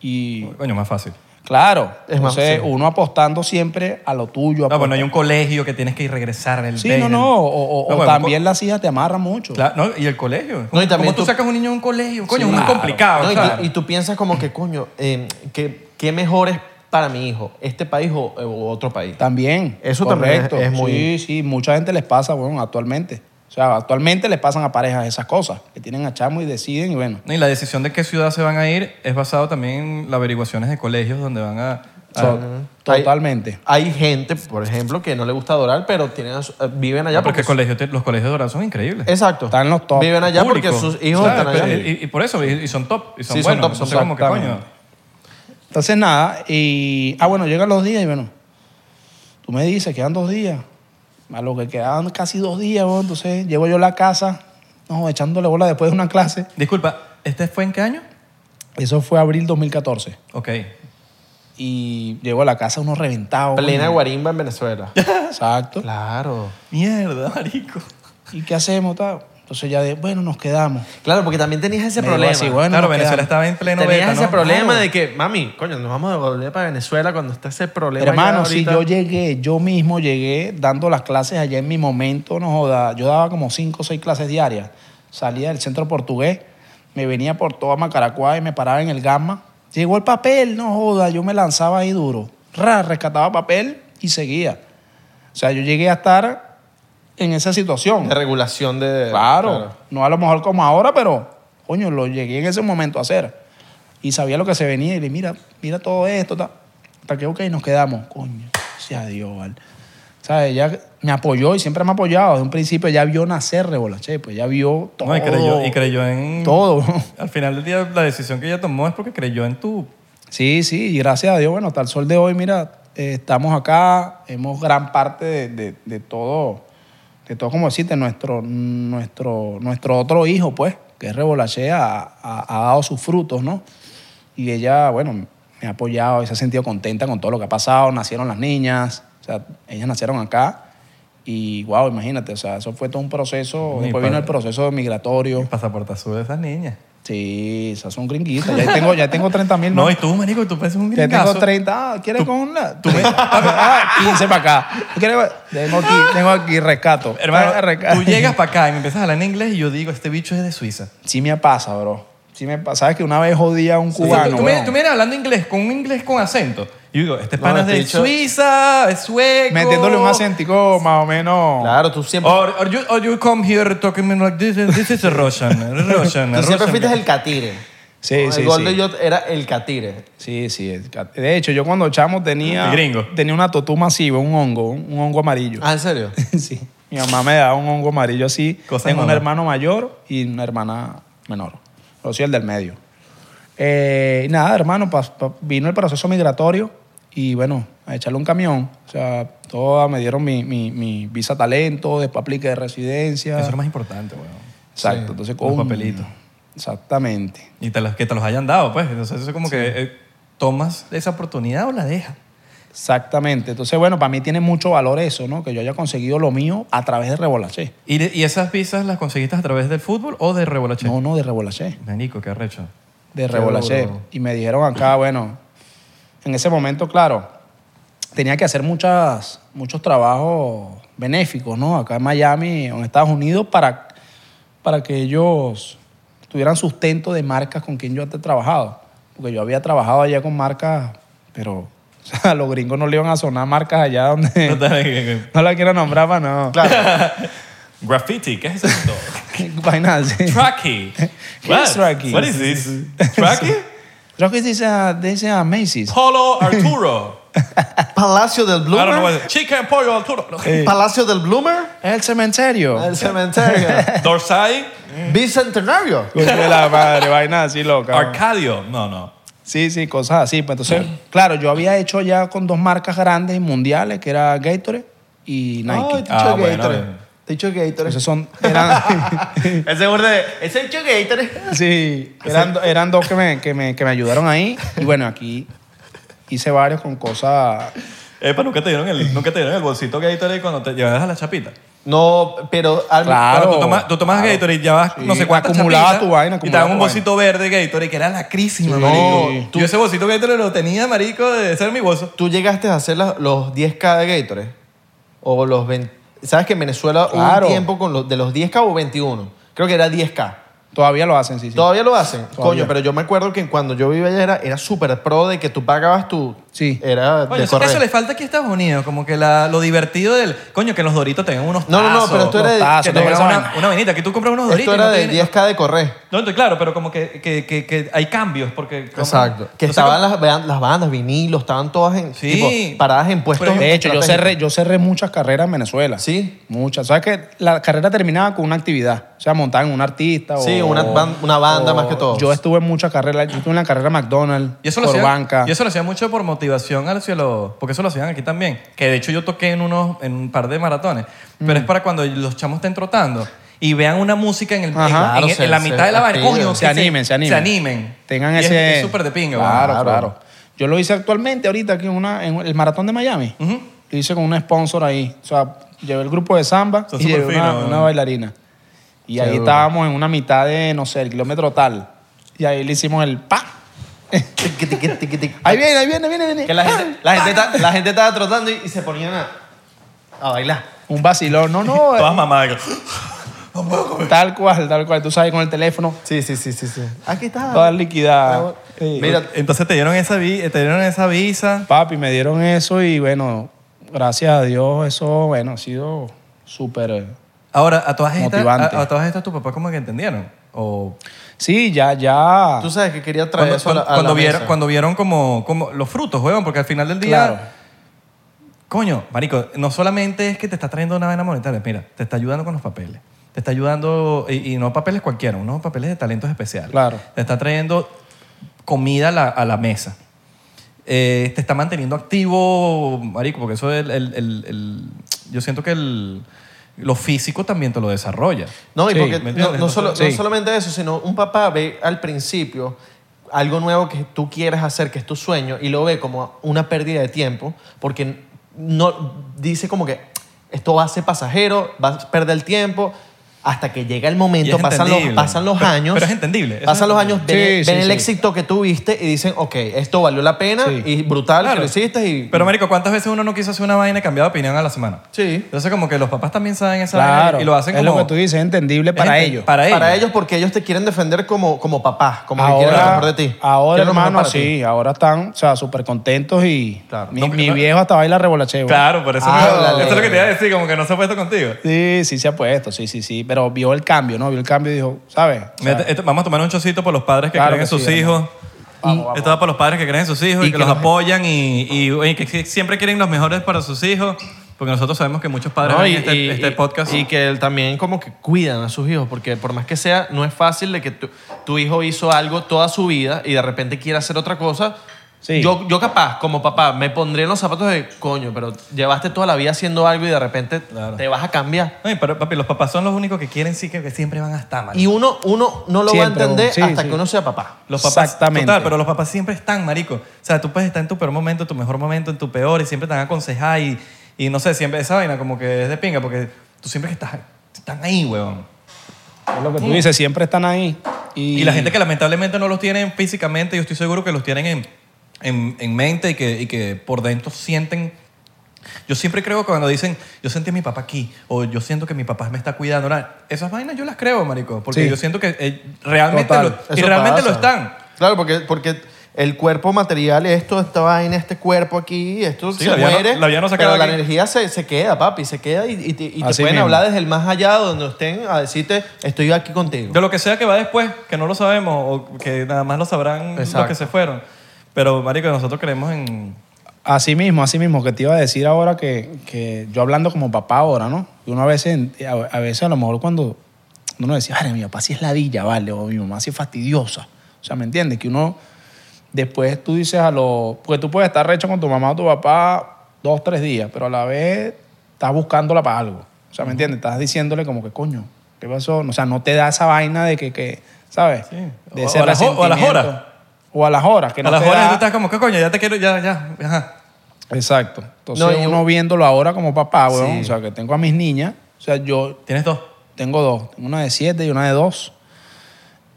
Speaker 2: Y
Speaker 1: Eh, Coño, más fácil.
Speaker 2: claro,
Speaker 3: Es más, pues
Speaker 2: entonces
Speaker 3: sí.
Speaker 2: uno apostando siempre a lo
Speaker 1: No,
Speaker 2: tuyo.
Speaker 1: bueno,
Speaker 2: apostando-
Speaker 1: hay un colegio que tienes que ir regresar el
Speaker 2: Sí,
Speaker 1: day,
Speaker 2: no,
Speaker 1: el-
Speaker 2: no, o, o-
Speaker 1: No,
Speaker 2: o
Speaker 3: pues,
Speaker 1: bueno,
Speaker 2: también las hijas te amarran mucho.
Speaker 1: co- Claro, no, y el colegio. ¿Cómo,
Speaker 3: y también
Speaker 1: cómo tú,
Speaker 3: tú-
Speaker 1: sacas a un niño de un colegio? Coño,
Speaker 2: Sí,
Speaker 1: es muy
Speaker 2: claro.
Speaker 1: complicado.
Speaker 3: No, y,
Speaker 1: ¿sabes?
Speaker 3: tú, y tú piensas como que, coño, eh, ¿qué, qué mejor es para mi hijo? ¿Este país o, o otro país?
Speaker 2: También.
Speaker 3: Eso también es- es muy-
Speaker 2: Sí, sí, mucha gente les pasa, bueno, actualmente. O sea, actualmente les pasan a parejas esas cosas, que tienen a chamo y deciden y bueno.
Speaker 1: No, y la decisión de qué ciudad se van a ir es basado también en las averiguaciones de colegios donde van a... a-
Speaker 2: so- totalmente.
Speaker 3: Hay gente, por ejemplo, que no le gusta adorar, pero tienen, a su- eh, viven allá
Speaker 1: No, porque colegio te- los colegios de Doral son increíbles.
Speaker 3: Exacto.
Speaker 2: Están los top.
Speaker 3: Viven allá porque
Speaker 1: Público.
Speaker 3: sus hijos
Speaker 1: ¿Sabes?
Speaker 3: están allá.
Speaker 1: Pero- Y, y por eso, y, y son top, y son
Speaker 3: Sí, son
Speaker 1: buenos.
Speaker 3: top, son
Speaker 1: Entonces, como que, coño,
Speaker 2: exactamente. Entonces nada, y... Ah, bueno, llegan los días y bueno, tú me dices, quedan dos días. A lo que quedaban casi dos días, bueno, entonces llego yo a la casa, no, echándole bola después de una clase.
Speaker 1: Disculpa, ¿este fue en qué año?
Speaker 2: Eso fue abril 2014.
Speaker 1: Ok.
Speaker 2: Y llego a la casa uno reventado.
Speaker 3: Plena
Speaker 2: coño.
Speaker 3: guarimba en Venezuela.
Speaker 2: Exacto.
Speaker 3: claro.
Speaker 1: Mierda, marico.
Speaker 2: ¿Y qué hacemos? tal? Entonces ya de, bueno, nos quedamos.
Speaker 3: Claro, porque también tenías ese
Speaker 2: Me digo
Speaker 3: problema.
Speaker 2: así, bueno,
Speaker 1: claro,
Speaker 2: nos
Speaker 1: Venezuela
Speaker 2: quedamos.
Speaker 1: estaba en pleno
Speaker 3: tenías
Speaker 1: beta,
Speaker 3: ese
Speaker 1: ¿no?
Speaker 3: problema
Speaker 2: Claro.
Speaker 3: de que, mami, coño, nos vamos a volver para Venezuela cuando está ese problema.
Speaker 2: Hermano,
Speaker 3: ya
Speaker 2: si
Speaker 3: ahorita.
Speaker 2: yo llegué, yo mismo llegué dando las clases allá en mi momento, no joda. Yo daba como cinco o seis clases diarias. Salía del centro portugués, me venía por toda Macaracuá y me paraba en el Gamma. Llegó el papel, no joda, yo me lanzaba ahí duro. Ra, rescataba papel y seguía. O sea, yo llegué a estar en esa situación.
Speaker 3: De regulación de.
Speaker 2: Eh, Claro, no a lo mejor como ahora, pero coño, lo llegué en ese momento a hacer. Y sabía lo que se venía y le mira, mira todo esto, tal. Hasta que, ok, nos quedamos. Coño, sea Dios, vale. ¿Sabes? Ella me apoyó y siempre me ha apoyado. Desde un principio ya vio nacer Rebolache, pues ya vio todo.
Speaker 1: No, y creyó, y creyó en...
Speaker 2: Todo.
Speaker 1: Al final del día, la decisión que ella tomó es porque creyó en tu...
Speaker 2: Sí, sí, y gracias a Dios, bueno, hasta el sol de hoy, mira, eh, estamos acá, hemos gran parte de, de- de todo, de todo, como decirte, nuestro, nuestro, nuestro otro hijo, pues, que es Rebolaché, ha, ha- ha dado sus frutos, ¿no? Y ella, bueno, me ha apoyado y se ha sentido contenta con todo lo que ha pasado. Nacieron las niñas, o sea, ellas nacieron acá. Y wow, imagínate, o sea, eso fue todo un proceso.
Speaker 1: Mi
Speaker 2: Después vino
Speaker 1: padre.
Speaker 2: el proceso migratorio.
Speaker 1: Pasaporte azul de esas niñas.
Speaker 2: Sí, esas son gringuitas. Ya tengo, ya tengo 30 mil.
Speaker 1: No, y tú, marico, tú pareces un
Speaker 2: Ya tengo
Speaker 1: gringazo.
Speaker 2: 30. Ah, ¿quieres con una? Tú *laughs* me... Ah, 15 para acá. ¿Tú quieres pa- Tengo aquí, tengo aquí rescato. Ah,
Speaker 1: Ah. Hermano,
Speaker 2: rescato.
Speaker 1: tú llegas para acá y me empiezas a hablar en inglés y yo digo, este bicho es de Suiza.
Speaker 2: *laughs* Sí me pasa, bro. Sí me pasa. Sabes que una vez jodía a un
Speaker 1: Tú-
Speaker 2: cubano,
Speaker 1: tú, me,
Speaker 2: weón.
Speaker 1: tú me vienes hablando inglés, con un inglés con acento. Y yo digo, este pana es
Speaker 3: este
Speaker 1: de
Speaker 3: bicho-
Speaker 1: Suiza, es sueco.
Speaker 2: Metiéndole un acentico más o menos...
Speaker 3: Claro, tú siempre,
Speaker 2: Oh,
Speaker 1: Or, or you, or you come here talking me like this, this is Russian, Russian,
Speaker 3: *laughs* tú siempre
Speaker 1: Russian
Speaker 3: fuiste
Speaker 1: guy.
Speaker 3: el catire.
Speaker 2: Sí, sí,
Speaker 3: El gol
Speaker 2: sí.
Speaker 3: de Jot era el catire.
Speaker 2: Sí, sí. el cat- De hecho, yo cuando chamo tenía...
Speaker 1: El gringo.
Speaker 2: Tenía una totú masiva, un hongo, un un hongo amarillo.
Speaker 3: Ah, ¿en serio?
Speaker 2: *laughs* Sí. Mi mamá me daba un hongo amarillo así.
Speaker 1: Cosa
Speaker 2: Tengo un
Speaker 1: mamá.
Speaker 2: hermano mayor y una hermana menor. Yo soy el del medio. Eh, y nada, hermano, pas- pa- vino el proceso migratorio y bueno, a echarle un camión. O sea, todas me dieron mi, mi- mi visa talento, después apliqué de residencia.
Speaker 1: Eso es lo más importante, weón.
Speaker 2: Exacto.
Speaker 3: Sí,
Speaker 2: Entonces,
Speaker 1: los
Speaker 2: coño,
Speaker 1: papelitos.
Speaker 2: Exactamente.
Speaker 1: Y te los, que te los hayan dado, pues. Entonces, eso es como que eh, tomas esa oportunidad o la dejas.
Speaker 2: Exactamente. Entonces, bueno, para mí tiene mucho valor eso, ¿no? Que yo haya conseguido lo mío a través de Rebolaché.
Speaker 1: ¿Y, de- y esas visas las conseguiste a través del fútbol o de Revolache?
Speaker 2: No, no, de Rebolaché.
Speaker 1: Manico, qué arrecho.
Speaker 2: de Rebolaché.
Speaker 3: duro.
Speaker 2: Y me dijeron acá, bueno, en ese momento, claro, tenía que hacer muchas, muchos trabajos benéficos, ¿no? Acá en Miami, en Estados Unidos, para, para que ellos tuvieran sustento de marcas con quien yo antes he trabajado. Porque yo había trabajado allá con marcas, pero *laughs* o sea, a los gringos no le iban a sonar marcas allá donde... *laughs* No la quiero nombrar para no.
Speaker 1: Graffiti, ¿qué es esto?
Speaker 2: *laughs* Vaina así.
Speaker 1: *laughs* Tracky.
Speaker 2: ¿Qué es Tracky?
Speaker 1: What is this? Tracky?
Speaker 2: Creo que dice a, dice a Macy's.
Speaker 1: Polo Arturo.
Speaker 3: Palacio del
Speaker 1: I don't know
Speaker 3: Bloomer.
Speaker 1: what- Chicken Pollo Arturo.
Speaker 3: Palacio del Bloomer.
Speaker 2: El cementerio.
Speaker 3: Ah, El cementerio.
Speaker 2: *laughs*
Speaker 1: Dorsai
Speaker 3: Bicentenario.
Speaker 2: Coño de la madre, vaina así loca. man.
Speaker 1: Arcadio. No, no.
Speaker 2: Sí, sí, cosas así. Pues entonces, claro, yo había hecho ya con dos marcas grandes y mundiales, que era Gatorade y Nike.
Speaker 3: Ay, Oh, te
Speaker 1: Ah,
Speaker 3: dicho
Speaker 1: bueno,
Speaker 3: Gatorade.
Speaker 1: bien.
Speaker 3: Te dicho Gatorade.
Speaker 2: Entonces son, eran, *laughs*
Speaker 3: Ese burde de. Ese dicho Gatorade.
Speaker 2: sí, eran, do- eran dos que me, que, me, que me ayudaron ahí. Y bueno, aquí hice varios con cosas...
Speaker 1: Epa, Eh, pues nunca te dieron el, nunca te dieron el bolsito Gatorade cuando te llevas a la chapita.
Speaker 3: No, pero. al-
Speaker 2: Claro.
Speaker 1: Cuando tú tomas, tú tomas
Speaker 2: claro.
Speaker 1: Gatorade y ya vas
Speaker 2: Sí,
Speaker 1: no sé cuántas
Speaker 2: acumulaba
Speaker 1: chapitas,
Speaker 2: tu vaina,
Speaker 1: Y te dan
Speaker 2: acumulaba
Speaker 1: un
Speaker 2: tu
Speaker 1: bolsito verde Gatorade, que era la crísima,
Speaker 2: Sí.
Speaker 1: marico. Yo ese bolsito Gatorade lo tenía, marico, de ser mi bolso.
Speaker 3: Tú llegaste a hacer las- los 10K de Gatorade. O los 20. ¿Sabes que en Venezuela hubo
Speaker 2: Claro.
Speaker 3: un tiempo con los, de los 10K o 21? Creo que era 10K.
Speaker 2: Todavía lo hacen, sí, sí.
Speaker 3: ¿Todavía lo hacen?
Speaker 2: Todavía.
Speaker 3: Coño, pero yo me acuerdo que cuando yo vivía allá era, era súper pro de que tú pagabas tu...
Speaker 2: Sí.
Speaker 3: Era
Speaker 1: Oye,
Speaker 3: de
Speaker 1: eso, eso
Speaker 3: correr.
Speaker 1: le falta aquí a Estados Unidos, como que la- lo divertido del. Coño, que los doritos tengan unos
Speaker 3: No, no, no,
Speaker 1: tazos,
Speaker 3: pero esto era de-
Speaker 1: unos tazos,
Speaker 2: que
Speaker 1: te
Speaker 2: tenga
Speaker 1: compras
Speaker 2: esa
Speaker 1: una,
Speaker 2: vaina.
Speaker 1: una vainita, que tú compras unos doritos.
Speaker 3: Esto
Speaker 1: y no
Speaker 3: era
Speaker 1: te
Speaker 3: de
Speaker 1: viene-
Speaker 3: 10K de correr.
Speaker 1: No, entonces, claro, pero como que, que, que, que hay cambios, porque. como-
Speaker 3: Exacto. Que
Speaker 1: Entonces,
Speaker 3: estaban las, ban- las bandas, vinilos, estaban todas en...
Speaker 1: Sí.
Speaker 3: tipo, paradas en puestos.
Speaker 1: Por
Speaker 2: De hecho, yo cerré,
Speaker 3: estratégicos.
Speaker 2: yo cerré muchas carreras en Venezuela.
Speaker 3: Sí.
Speaker 2: Muchas. ¿Sabes que La carrera terminaba con una actividad. O sea, montaban un artista
Speaker 3: Sí,
Speaker 2: o...
Speaker 3: una ban- una banda más que todo.
Speaker 2: Oh. Yo *laughs* estuve en muchas carreras. Yo estuve en la carrera McDonald's,
Speaker 1: Y eso, lo
Speaker 2: por
Speaker 1: hacían,
Speaker 2: banca.
Speaker 1: y eso lo hacían mucho por motivación hacia los... Porque eso lo hacían aquí también. Que de hecho yo toqué en, unos, en un par de maratones. Pero
Speaker 3: Mm.
Speaker 1: es para cuando los chamos estén trotando y vean una música en, el, en-
Speaker 2: Ajá.
Speaker 1: en-
Speaker 3: Claro,
Speaker 1: en
Speaker 3: se-
Speaker 1: la
Speaker 3: se
Speaker 1: mitad de la vaina.
Speaker 3: activan.
Speaker 1: Coño,
Speaker 2: se
Speaker 1: que
Speaker 2: animen, se animen.
Speaker 1: Se animen.
Speaker 2: Tengan
Speaker 1: Y es-
Speaker 2: ese...
Speaker 1: Es súper de pinga. güey.
Speaker 2: Claro,
Speaker 3: Claro.
Speaker 2: claro, Yo lo hice actualmente ahorita aquí en, una, en el maratón de Miami. Lo hice con un sponsor ahí. O sea, llevé el grupo de samba
Speaker 1: Está
Speaker 2: y llevé
Speaker 1: súper
Speaker 2: una,
Speaker 1: fino,
Speaker 2: una
Speaker 1: ¿no?
Speaker 2: bailarina. Y ahí
Speaker 3: duro.
Speaker 2: estábamos en una mitad de, no sé, el kilómetro tal. Y ahí le hicimos el pa.
Speaker 3: Tiqui, tiqui, tiqui, tiqui.
Speaker 2: Ahí viene, ahí viene, viene, viene.
Speaker 3: Que la
Speaker 2: Pa,
Speaker 3: gente, la gente, ta- la gente estaba trotando y, y se ponían a, a bailar.
Speaker 2: Un vacilón.
Speaker 1: *laughs*
Speaker 2: No, no.
Speaker 1: Todas mamadas. No puedo comer.
Speaker 2: Tal cual, tal cual. Tú sabes, con el teléfono,
Speaker 3: Sí, sí, sí, sí. sí. Aquí está.
Speaker 2: toda liquidada. Sí.
Speaker 3: Mira,
Speaker 1: Entonces te dieron esa, vi- te dieron esa visa.
Speaker 2: Papi, me dieron eso y bueno, gracias a Dios, eso, bueno, ha sido súper. eh,
Speaker 1: Ahora, a todas estas,
Speaker 2: Motivante.
Speaker 1: a, a todas estas tu papá como que entendieron. O
Speaker 2: Sí, ya, ya.
Speaker 3: tú sabes que quería traer
Speaker 1: cuando,
Speaker 3: eso a la, a
Speaker 1: cuando
Speaker 3: la
Speaker 1: vieron,
Speaker 3: mesa.
Speaker 1: cuando vieron como, como los frutos, huevón, porque al final del día...
Speaker 2: Claro.
Speaker 1: Coño, marico, no solamente es que te está trayendo una vaina monetaria, mira, te está ayudando con los papeles. Te está ayudando, y, y no papeles cualquiera, unos papeles de talentos especiales.
Speaker 2: Claro.
Speaker 1: Te está trayendo comida a la, a la mesa. eh, te está manteniendo activo, marico, porque eso es el, el- el- el- yo siento que el, lo físico también te lo desarrolla.
Speaker 3: No, y
Speaker 2: Sí,
Speaker 1: ¿me
Speaker 3: porque
Speaker 1: entiendes?
Speaker 3: no, no
Speaker 1: Entonces-
Speaker 3: solo-
Speaker 2: sí.
Speaker 3: no solamente eso, sino un papá ve al principio algo nuevo que tú quieres hacer, que es tu sueño, y lo ve como una pérdida de tiempo, porque no dice como que esto va a ser pasajero, va a perder el tiempo, hasta que llega el
Speaker 1: Y
Speaker 3: momento,
Speaker 1: es
Speaker 3: pasan los,
Speaker 1: entendible.
Speaker 3: pasan los
Speaker 1: Pero-
Speaker 3: años.
Speaker 1: pero es entendible, eso
Speaker 3: Pasan
Speaker 1: es
Speaker 3: los años,
Speaker 1: entendible.
Speaker 3: ven,
Speaker 2: Sí,
Speaker 3: ven
Speaker 2: sí,
Speaker 3: el
Speaker 2: sí.
Speaker 3: éxito que tuviste y dicen, ok, esto valió la pena
Speaker 2: Sí.
Speaker 3: y brutal que
Speaker 1: Claro.
Speaker 3: lo hiciste. Y,
Speaker 1: Pero, marico, ¿cuántas veces uno no quiso hacer una vaina y cambiaba de opinión a la semana?
Speaker 3: sí.
Speaker 1: Entonces, como que los papás también saben esa
Speaker 2: Claro.
Speaker 1: vaina y lo hacen
Speaker 2: es
Speaker 1: como...
Speaker 2: lo que tú dices, es entendible
Speaker 1: es
Speaker 2: para
Speaker 1: ente-
Speaker 2: ellos.
Speaker 1: Para ellos.
Speaker 3: Para ellos, porque ellos te quieren defender como, como papá, como que quieren lo
Speaker 2: Ahora,
Speaker 3: mejor de ti.
Speaker 2: ahora
Speaker 3: Quieren lo mejor
Speaker 2: hermano,
Speaker 3: para ti.
Speaker 2: sí, ahora están, o sea, súper contentos y
Speaker 3: Claro.
Speaker 2: mi,
Speaker 1: No,
Speaker 2: mi
Speaker 1: no-
Speaker 2: viejo hasta baila revolacheo.
Speaker 1: Claro, por eso,
Speaker 2: Ah,
Speaker 3: Háblale.
Speaker 1: eso es lo que te iba a decir, como que no se ha puesto contigo.
Speaker 2: Sí, sí se ha puesto, sí, sí, sí, pero vio el cambio, ¿no? Vio el cambio y dijo, ¿sabes? O sea,
Speaker 1: Mira, esto- vamos a tomar un chocito por los padres que
Speaker 2: Claro
Speaker 1: creen
Speaker 2: que
Speaker 1: en sus
Speaker 2: sí,
Speaker 1: hijos.
Speaker 2: Vamos, vamos.
Speaker 1: Esto va para los padres que creen en sus hijos y,
Speaker 3: Y
Speaker 1: que,
Speaker 3: que
Speaker 1: los
Speaker 3: los-
Speaker 1: apoyan y, y, oye, que si- siempre quieren los mejores para sus hijos, porque nosotros sabemos que muchos padres
Speaker 3: No,
Speaker 1: ven
Speaker 3: y-
Speaker 1: este,
Speaker 3: y-
Speaker 1: este podcast.
Speaker 3: Y que él también como que cuidan a sus hijos, porque por más que sea, no es fácil de que tu, tu hijo hizo algo toda su vida y de repente quiera hacer otra cosa.
Speaker 2: Sí.
Speaker 3: Yo, yo capaz, como papá, me pondría en los zapatos de coño, pero llevaste toda la vida haciendo algo y de repente
Speaker 1: Claro.
Speaker 3: te vas a cambiar.
Speaker 1: Ay, pero, papi, los papás son los únicos que quieren sí que, que siempre van hasta mal.
Speaker 3: Y uno, uno no lo va
Speaker 2: Siempre,
Speaker 3: a entender
Speaker 2: sí,
Speaker 3: hasta
Speaker 2: sí.
Speaker 3: que uno sea papá.
Speaker 1: Los papás,
Speaker 2: Exactamente.
Speaker 1: Total, pero los papás siempre están, marico. O sea, tú puedes estar en tu peor momento, en tu mejor momento, en tu peor, y siempre te van a aconsejar y, y no sé, siempre esa vaina como que es de pinga, porque tú siempre que estás, están ahí, weón.
Speaker 2: es lo que tú dices, siempre están ahí. Y,
Speaker 1: Mm. Y, la gente que lamentablemente no los tienen físicamente, yo estoy seguro que los tienen en, en- en mente y que, y que por dentro sienten... Yo siempre creo que cuando dicen, yo sentí a mi papá aquí, o yo siento que mi papá me está cuidando, ahora, esas vainas yo las creo, marico, porque
Speaker 2: Sí.
Speaker 1: yo siento que eh, realmente,
Speaker 2: Total.
Speaker 1: lo,
Speaker 3: Eso
Speaker 1: y realmente
Speaker 3: pasa.
Speaker 1: lo están.
Speaker 3: Claro, porque, porque el cuerpo material, esto, esta vaina, este cuerpo aquí, esto
Speaker 1: Sí,
Speaker 3: se
Speaker 1: la vida no-
Speaker 3: muere.
Speaker 1: la vida no se
Speaker 3: pero
Speaker 1: acaba
Speaker 3: la
Speaker 1: aquí.
Speaker 3: energía se, se queda, papi, se queda y, y te, y te
Speaker 2: Así
Speaker 3: pueden
Speaker 2: mismo.
Speaker 3: hablar desde el más allá donde estén a decirte, estoy aquí contigo.
Speaker 1: De lo que sea que va después, que no lo sabemos o que nada más lo sabrán los
Speaker 3: Exacto.
Speaker 1: que se fueron. Pero, marico, nosotros creemos en...
Speaker 2: Así mismo, así mismo, que te iba a decir ahora que, que yo hablando como papá ahora, ¿no? Y uno a veces, a, a veces a lo mejor cuando uno decía, ay, mi papá sí es ladilla, vale, o mi mamá sí es fastidiosa. O sea, ¿me entiendes? Que uno, después tú dices a los, porque tú puedes estar recho con tu mamá o tu papá dos, tres días, pero a la vez estás buscándola para algo. O sea, ¿me entiendes? Estás diciéndole como que, coño, ¿qué pasó? O sea, no te da esa vaina de que, que ¿sabes?
Speaker 1: Sí.
Speaker 2: De
Speaker 1: O-
Speaker 2: ese
Speaker 1: o a las ho- o a las
Speaker 2: resentimiento.
Speaker 1: horas.
Speaker 2: O a las horas. Que
Speaker 1: a
Speaker 2: no
Speaker 1: las
Speaker 2: te
Speaker 1: horas
Speaker 2: da-
Speaker 1: tú estás como, ¿qué coño? Ya te quiero, ya, ya. Ajá.
Speaker 2: Exacto. Entonces
Speaker 3: No, y-
Speaker 2: uno viéndolo ahora como papá, weón,
Speaker 3: Sí.
Speaker 2: o sea, que tengo a mis niñas, o sea, yo
Speaker 1: Tienes dos.
Speaker 2: tengo dos, tengo una de siete y una de dos.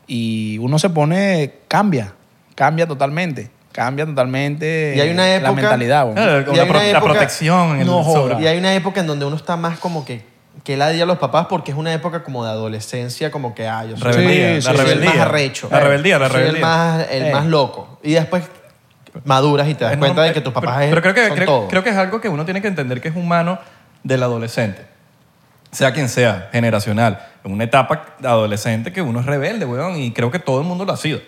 Speaker 2: Y uno se pone, cambia, cambia totalmente, cambia totalmente
Speaker 3: Y hay una
Speaker 2: la
Speaker 3: época- Ah,
Speaker 2: mentalidad, weón.
Speaker 1: Claro,
Speaker 3: Y
Speaker 1: como
Speaker 3: hay
Speaker 1: la,
Speaker 3: una
Speaker 1: pro- la
Speaker 3: época-
Speaker 1: protección. El
Speaker 2: No joda.
Speaker 1: sobre-
Speaker 3: Y hay una época en donde uno está más como que, que la a los papás porque es una época como de adolescencia, como que, ah, yo soy,
Speaker 1: Rebeldía, la
Speaker 2: Sí, sí, sí.
Speaker 3: soy el
Speaker 1: rebeldía.
Speaker 3: más arrecho.
Speaker 1: La rebeldía, la
Speaker 3: Soy
Speaker 1: rebeldía.
Speaker 3: el más, el
Speaker 2: Eh.
Speaker 3: más loco. Y después maduras y te das
Speaker 1: Es
Speaker 3: cuenta
Speaker 1: normal-
Speaker 3: de que tus papás
Speaker 1: pero,
Speaker 3: es-
Speaker 1: pero creo que,
Speaker 3: son
Speaker 1: creo,
Speaker 3: todo.
Speaker 1: creo que es algo que uno tiene que entender que es humano del adolescente. Sea quien sea, generacional. En una etapa adolescente que uno es rebelde, weón. Y creo que todo el mundo lo ha sido.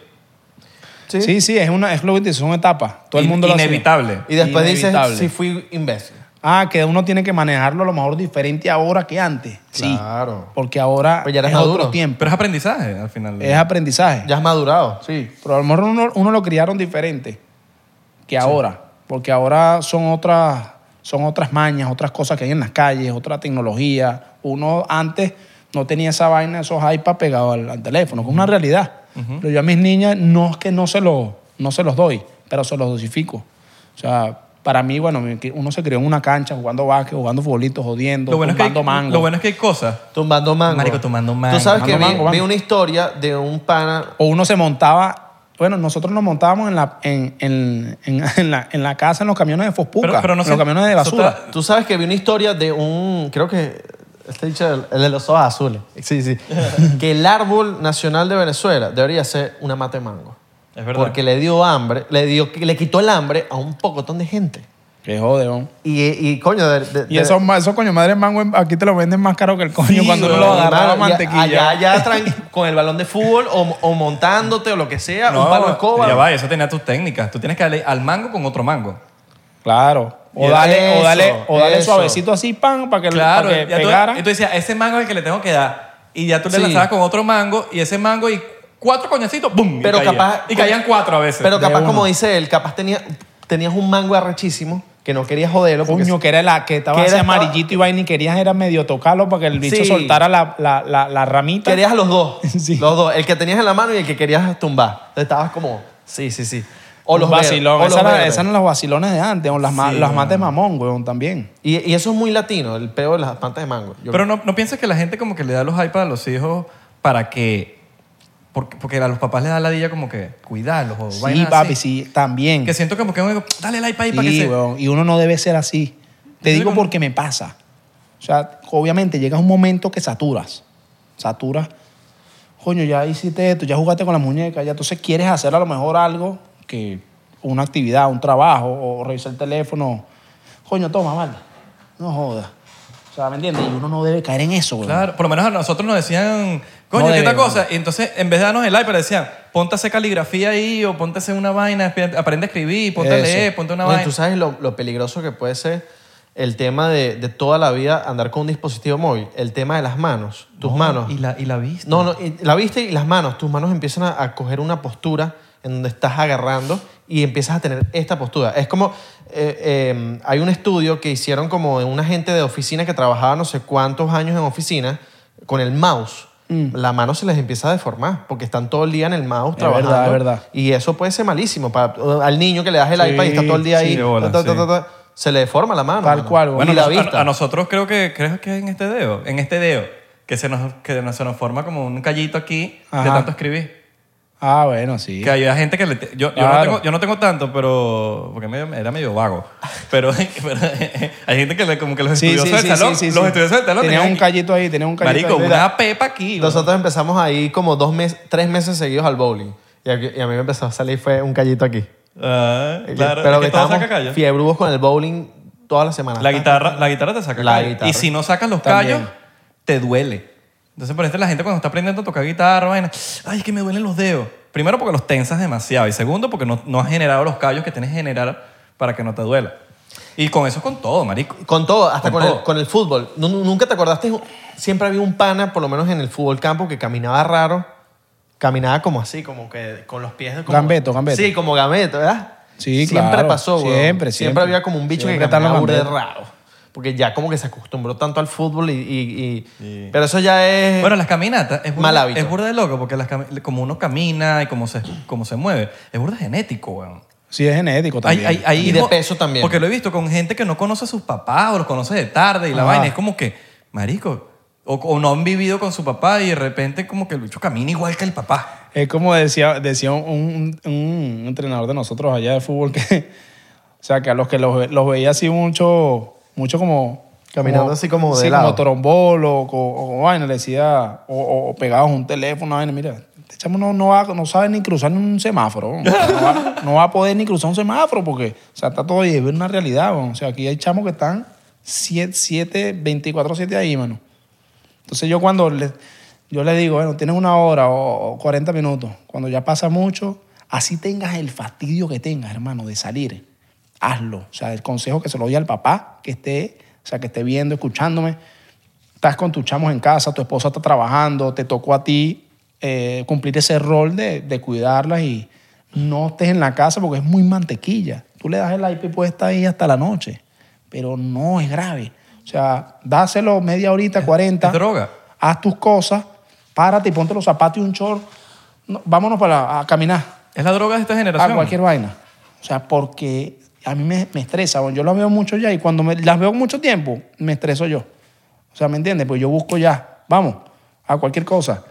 Speaker 3: Sí.
Speaker 2: Sí, sí, es, una, es lo que dices, son etapas. Todo el
Speaker 1: In-
Speaker 2: mundo lo hace.
Speaker 1: Inevitable.
Speaker 3: Y después
Speaker 2: Inevitable.
Speaker 3: dices, sí fui imbécil.
Speaker 2: Ah, que uno tiene que manejarlo a lo mejor diferente ahora que antes. Sí.
Speaker 3: Claro.
Speaker 2: Porque ahora
Speaker 3: Pues ya eres
Speaker 2: es otro
Speaker 3: maduro.
Speaker 2: tiempo.
Speaker 1: Pero es aprendizaje al final.
Speaker 2: Es aprendizaje.
Speaker 3: Ya has madurado.
Speaker 2: Sí, pero a lo mejor uno, uno lo criaron diferente que ahora, porque ahora son otras, son otras mañas, otras cosas que hay en las calles, otra tecnología. Uno antes no tenía esa vaina, esos iPads pegados al, al teléfono, que es una realidad. Pero yo a mis niñas no es que no se, los, no se los doy, pero se los dosifico. O sea, para mí, bueno, mi- que uno se crió en una cancha jugando básquet, jugando futbolito, jodiendo,
Speaker 1: Lo bueno, es que hay,
Speaker 2: tumbando mango.
Speaker 1: lo bueno es que hay cosas
Speaker 3: Tumbando mango.
Speaker 1: Marico, tumbando mango.
Speaker 3: Tú sabes que
Speaker 2: Tumbando
Speaker 3: vi,
Speaker 2: mango, mango.
Speaker 3: vi una historia de un pana.
Speaker 2: O uno se montaba, bueno, nosotros nos montábamos en la, en, en, en, *laughs* en la, en la casa, en los camiones de Fospuca,
Speaker 1: Pero- pero no
Speaker 2: en
Speaker 1: sé-
Speaker 2: los camiones de
Speaker 1: eso
Speaker 2: basura.
Speaker 1: está-
Speaker 3: Tú sabes que vi una historia de un. Creo que. Este dicho, el, el de los ojos
Speaker 2: *laughs*
Speaker 3: azules. Sí, sí. que el árbol nacional de Venezuela debería ser una mata de mango.
Speaker 1: Es verdad.
Speaker 3: Porque le dio hambre, le, dio, le quitó el hambre a un pocotón de gente.
Speaker 2: Qué jodeón.
Speaker 3: Y, y coño, de- de-
Speaker 2: Y
Speaker 3: de-
Speaker 2: esos, ma- esos coño madre mango en- aquí te lo venden más caro que el coño
Speaker 1: Sí,
Speaker 2: cuando uno
Speaker 1: weón,
Speaker 2: lo agarraba
Speaker 3: hermano, ya-
Speaker 2: mantequilla.
Speaker 3: Allá, allá tran- con el balón de fútbol o, o montándote o lo que sea,
Speaker 1: No,
Speaker 3: *laughs* un palo de escoba.
Speaker 1: Ya va, eso tenía tus técnicas. Tú tienes que darle al mango con otro mango.
Speaker 2: Claro. O
Speaker 3: Y
Speaker 2: dale, o
Speaker 3: eso,
Speaker 2: dale, o dale
Speaker 3: eso.
Speaker 2: suavecito así, pan, para que,
Speaker 1: Claro,
Speaker 2: para que
Speaker 1: ya tú-
Speaker 2: pegara.
Speaker 1: y tú decías, ese mango es el que le tengo que dar. Y ya tú le
Speaker 3: Sí.
Speaker 1: lanzabas con otro mango y ese mango y cuatro coñacitos, ¡bum! y
Speaker 3: Pero
Speaker 1: caía.
Speaker 3: capaz-
Speaker 1: Y caían cuatro a veces.
Speaker 3: Pero
Speaker 2: De
Speaker 3: capaz,
Speaker 2: uno.
Speaker 3: como dice él, capaz tenía. tenías un mango arrechísimo que no querías joderlo. Porque
Speaker 2: Coño, que era la que estaba
Speaker 3: que
Speaker 2: así
Speaker 3: era-
Speaker 2: amarillito y vaina y querías era medio tocarlo para que el bicho
Speaker 3: Sí.
Speaker 2: soltara la, la, la, la ramita.
Speaker 3: Querías a
Speaker 1: *laughs*
Speaker 3: los dos.
Speaker 2: Sí.
Speaker 3: Los dos. El que tenías en la mano y el que querías tumbar. Entonces estabas como, sí, sí, sí. O
Speaker 2: Un
Speaker 3: los
Speaker 2: vacilón.
Speaker 3: verdes, o
Speaker 2: Esa
Speaker 3: los
Speaker 2: era-
Speaker 3: verdes.
Speaker 2: Esos eran los vacilones de antes, o las, ma- las mates mamón, weón, también.
Speaker 3: Y, y eso es muy latino, el peo de las plantas de mango. Yo-
Speaker 1: Pero no, no piensas que la gente como que le da los iPads a los hijos para que... Porque, porque a los papás les da la dilla como que cuidarlos o
Speaker 2: Sí,
Speaker 1: vainas
Speaker 2: papi,
Speaker 1: Pues así.
Speaker 2: sí, también.
Speaker 1: Que siento como que uno digo, dale el iPad ahí para que
Speaker 2: Sí,
Speaker 1: se...
Speaker 2: weón, y uno no debe ser así. Te
Speaker 1: Yo
Speaker 2: digo
Speaker 1: digo,
Speaker 2: porque me pasa. O sea, obviamente llega un momento que saturas. Saturas. Coño, ya hiciste esto, ya jugaste con las muñecas, ya entonces quieres hacer a lo mejor algo que una actividad, un trabajo, o revisar el teléfono. Coño, toma, vale. No jodas. O sea, ¿me entiendes? Y uno no debe caer en eso, weón.
Speaker 1: Claro, por lo menos a nosotros nos decían,
Speaker 2: No
Speaker 1: coño, ¿qué
Speaker 2: debe,
Speaker 1: tal cosa? Y entonces, en vez de darnos el iPad, le decían, ponte a hacer caligrafía ahí o ponte a hacer una vaina, espi- aprende a escribir, ponte a
Speaker 2: Eso.
Speaker 1: leer, ponte una
Speaker 3: Oye,
Speaker 1: vaina.
Speaker 3: Tú sabes lo, lo peligroso que puede ser el tema de, de toda la vida andar con un dispositivo móvil. El tema de las manos, tus manos.
Speaker 1: Y la, y la vista.
Speaker 3: No, no, y la vista y las manos. Tus manos empiezan a, a coger una postura en donde estás agarrando y empiezas a tener esta postura. Es como, eh, eh, hay un estudio que hicieron como en una gente de oficina que trabajaba no sé cuántos años en oficina con el mouse. La mano se les empieza a deformar porque están todo el día en el mouse
Speaker 2: Mm. Es
Speaker 3: trabajando.
Speaker 2: verdad, es verdad.
Speaker 3: Y eso puede ser malísimo. Para, eh, al niño que le das el
Speaker 2: Sí,
Speaker 3: iPad y está todo el día
Speaker 1: sí,
Speaker 3: ahí,
Speaker 1: de bola,
Speaker 3: ta, ta,
Speaker 1: sí.
Speaker 3: ta, ta, se le deforma la mano.
Speaker 2: Tal
Speaker 3: mano.
Speaker 2: cual, güey.
Speaker 1: Bueno,
Speaker 3: y la
Speaker 1: nos- a-
Speaker 3: vista.
Speaker 1: A, nosotros creo que, creo que es en este dedo, en este dedo, que se nos, que nos- se nos forma como un callito aquí de
Speaker 2: Ajá.
Speaker 1: tanto escribir.
Speaker 2: Ah, bueno, sí.
Speaker 1: Que hay gente que le... te- yo, yo
Speaker 2: Claro.
Speaker 1: no tengo, yo no tengo tanto, pero... Porque medio- era medio vago. Pero, *laughs* pero hay gente que le, como que los
Speaker 2: Sí,
Speaker 1: estudiosos
Speaker 2: sí,
Speaker 1: del
Speaker 2: sí,
Speaker 1: talón...
Speaker 2: sí, sí,
Speaker 1: los
Speaker 2: sí.
Speaker 1: estudiosos del talón...
Speaker 2: Tenía
Speaker 1: tenían
Speaker 2: un callito ahí, tenía un callito
Speaker 1: Marico,
Speaker 2: ahí.
Speaker 1: una pepa aquí. güey.
Speaker 3: Nosotros empezamos ahí como dos meses, tres meses seguidos al bowling. Y a, y a mí me empezó a salir fue un callito aquí.
Speaker 1: Ah, claro.
Speaker 3: Pero
Speaker 1: es
Speaker 3: que
Speaker 1: que todo
Speaker 3: estábamos
Speaker 1: saca callos.
Speaker 3: fiebrubos con el bowling todas las semanas.
Speaker 1: La guitarra, la guitarra te saca
Speaker 3: La
Speaker 1: callos.
Speaker 3: guitarra.
Speaker 1: Y si no sacas los
Speaker 3: También.
Speaker 1: callos, te duele. Entonces, por ejemplo, la gente cuando está aprendiendo a tocar guitarra, vaina, ay, es que me duelen los dedos. Primero, porque los tensas demasiado. Y segundo, porque no, no has generado los callos que tienes que generar para que no te duela. Y con eso es con todo, marico.
Speaker 3: Con todo, hasta
Speaker 1: Con
Speaker 3: con,
Speaker 1: todo.
Speaker 3: El, con el fútbol. Nu- nu- Nunca te acordaste, siempre había un pana, por lo menos en el fútbol campo, que caminaba raro. Caminaba como así, como que con los pies. Como,
Speaker 2: Gambeto, gambeto.
Speaker 3: Sí, como gambeto, ¿verdad?
Speaker 2: Sí,
Speaker 3: siempre
Speaker 2: claro.
Speaker 3: pasó, güey.
Speaker 2: Siempre, siempre.
Speaker 3: había como un bicho
Speaker 2: Siempre
Speaker 3: que caminaba
Speaker 2: están los
Speaker 3: burda de
Speaker 2: gambetos.
Speaker 3: raro. Porque ya como que se acostumbró tanto al fútbol y... y- y- Pero eso ya es...
Speaker 1: Bueno, las caminatas es burda,
Speaker 3: Eh, Mal hábito.
Speaker 1: Es burda de loco, porque las cami- como uno camina y como se, como se mueve, es burda genético, weón.
Speaker 2: Sí, es genético
Speaker 1: Hay-
Speaker 2: también.
Speaker 1: hay- hay
Speaker 3: Y de
Speaker 1: hijos-
Speaker 3: peso también.
Speaker 1: Porque lo he visto con gente que no conoce a sus papás o los conoce de tarde y la
Speaker 2: Ah.
Speaker 1: vaina es como que, marico, o, o no han vivido con su papá y de repente como que el bicho camina igual que el papá.
Speaker 2: Es como decía, decía un, un- un entrenador de nosotros allá de fútbol que, *laughs* o sea, que a los que los, los veía así mucho, mucho como...
Speaker 3: Caminando así como de
Speaker 2: sí,
Speaker 3: lado.
Speaker 2: como trombol o, co- o como vaina, le decía, o, o- o pegados a un teléfono, vaina, mira, este chamo no, no, va, no sabe ni cruzar un semáforo, no va, no va a poder ni cruzar un semáforo porque, o sea, está todo y es una realidad, o sea, aquí hay chamos que están 7, 7 24, 7 ahí, mano. Entonces yo cuando le, yo le digo, bueno, tienes una hora o, o 40 minutos, cuando ya pasa mucho, así tengas el fastidio que tengas, hermano, de salir, hazlo. O sea, el consejo que se lo doy al papá, que esté, o sea, que esté viendo, escuchándome, estás con tus chamos en casa, tu esposa está trabajando, te tocó a ti eh, cumplir ese rol de, de cuidarlas y no estés en la casa porque es muy mantequilla. Tú le das el IP puesta ahí hasta la noche, pero no es grave. O sea, dáselo media horita, 40.
Speaker 1: es droga.
Speaker 2: Haz tus cosas, párate y ponte los zapatos y un short. No, vámonos para, a caminar
Speaker 1: Es la droga de esta generación.
Speaker 3: Ah,
Speaker 2: a cualquier vaina. O sea, porque a mí me, me estresa. bueno, yo las veo mucho ya y cuando me- las veo mucho tiempo, me estreso yo. O sea, ¿me entiendes? Pues yo busco ya, vamos, a cualquier cosa,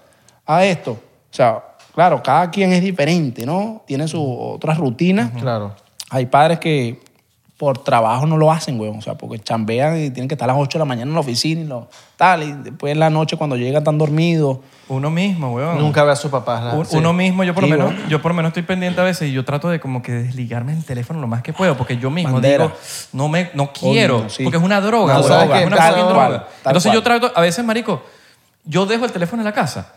Speaker 2: a esto. O sea, claro, cada quien es diferente, ¿no? Tiene sus otras rutinas.
Speaker 3: Claro.
Speaker 2: Hay padres que por trabajo no lo hacen, güey. O sea, porque chambean y tienen que estar a las 8 de la mañana en la oficina y lo, tal. Y después en la noche cuando llegan tan dormidos.
Speaker 1: Uno mismo, weón.
Speaker 3: Nunca ve a sus papás. ¿no?
Speaker 1: Un-
Speaker 3: Sí.
Speaker 1: Uno mismo, yo por,
Speaker 2: Sí,
Speaker 1: lo menos,
Speaker 2: weón.
Speaker 1: yo por lo menos estoy pendiente a veces y yo trato de como que desligarme el teléfono lo más que puedo porque yo mismo
Speaker 2: Bandera.
Speaker 1: digo, no, me, no quiero,
Speaker 2: Coño, sí.
Speaker 1: porque es una droga,
Speaker 3: No,
Speaker 1: weón,
Speaker 3: ¿sabes qué?
Speaker 1: es una
Speaker 3: Tal
Speaker 1: fucking
Speaker 3: cual,
Speaker 1: droga.
Speaker 2: tal
Speaker 1: Entonces yo
Speaker 2: cual.
Speaker 1: trato, a veces, marico, yo dejo el teléfono en la casa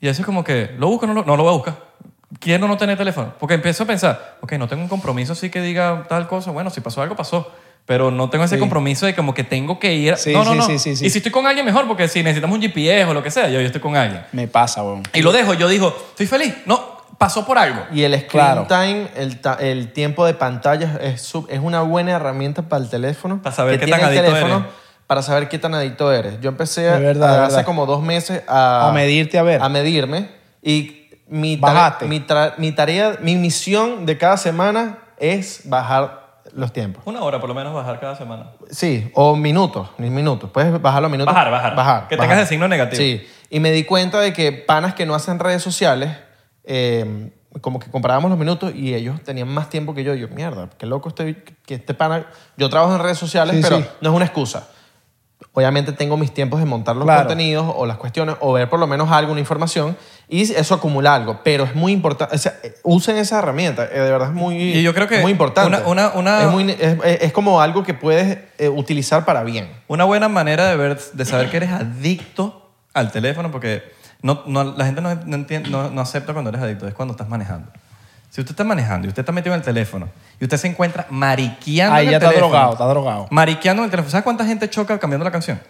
Speaker 1: y eso es como que, ¿lo busco o no lo, no lo voy a buscar? Quiero no tener teléfono, porque empiezo a pensar, ok, no tengo un compromiso así que diga tal cosa, bueno, si pasó algo, pasó. Pero no tengo ese compromiso de como que tengo que ir. a-
Speaker 2: Sí,
Speaker 1: no, no,
Speaker 2: sí,
Speaker 1: no.
Speaker 2: sí, sí, sí.
Speaker 1: Y si estoy con alguien, mejor, porque si necesitamos un GPS o lo que sea, yo, yo estoy con alguien.
Speaker 2: Me pasa, güey.
Speaker 1: Y lo dejo, yo digo, estoy feliz. No,
Speaker 2: pasó por algo.
Speaker 3: Y el screen
Speaker 2: Claro.
Speaker 3: time, el, ta- el tiempo de pantalla, es, sub- es una buena herramienta para el teléfono.
Speaker 1: Para saber qué
Speaker 3: tiene
Speaker 1: tan
Speaker 3: el
Speaker 1: adicto eres.
Speaker 3: Para saber qué tan adicto eres. Yo empecé
Speaker 2: Es verdad,
Speaker 3: a-
Speaker 2: es
Speaker 3: hace
Speaker 2: verdad.
Speaker 3: como dos meses a...
Speaker 1: Ah.
Speaker 2: A medirte, a ver.
Speaker 3: A medirme. Y mi, ta-
Speaker 2: Bajaste.
Speaker 3: mi, tra- mi tarea, mi misión de cada semana es bajar los tiempos.
Speaker 1: Una hora por lo menos bajar cada semana.
Speaker 3: Sí, o minutos, ni minutos. Puedes bajar los minutos.
Speaker 1: Bajar, bajar. Que tengas el signo negativo.
Speaker 3: Sí, y me di cuenta de que panas que no hacen redes sociales, eh, como que comparábamos los minutos y ellos tenían más tiempo que yo. Y yo, mierda, qué loco estoy, que este pana... Yo trabajo en redes sociales,
Speaker 2: Sí,
Speaker 3: pero
Speaker 2: sí.
Speaker 3: no es una excusa. Obviamente tengo mis tiempos de montar los
Speaker 2: Claro.
Speaker 3: contenidos o las cuestiones o ver por lo menos alguna información y eso acumula algo, pero es muy importante, o sea, eh, usen esa herramienta, eh, de verdad es muy,
Speaker 1: Y yo creo que
Speaker 3: muy importante.
Speaker 1: una- una- una-
Speaker 3: Es muy ne- es, es- es como algo que puedes eh, utilizar para bien.
Speaker 1: Una buena manera de, ver, de saber que eres adicto al teléfono, porque no, no- la gente no, no entien- no- no acepta cuando eres adicto, es cuando estás manejando. Si usted está manejando y usted está metido en el teléfono y usted se encuentra mariqueando
Speaker 2: Ahí
Speaker 1: en
Speaker 2: ya
Speaker 1: el
Speaker 2: está
Speaker 1: teléfono.
Speaker 2: drogado, está drogado.
Speaker 1: Mariqueando en el teléfono. ¿Sabes cuánta gente choca cambiando la canción?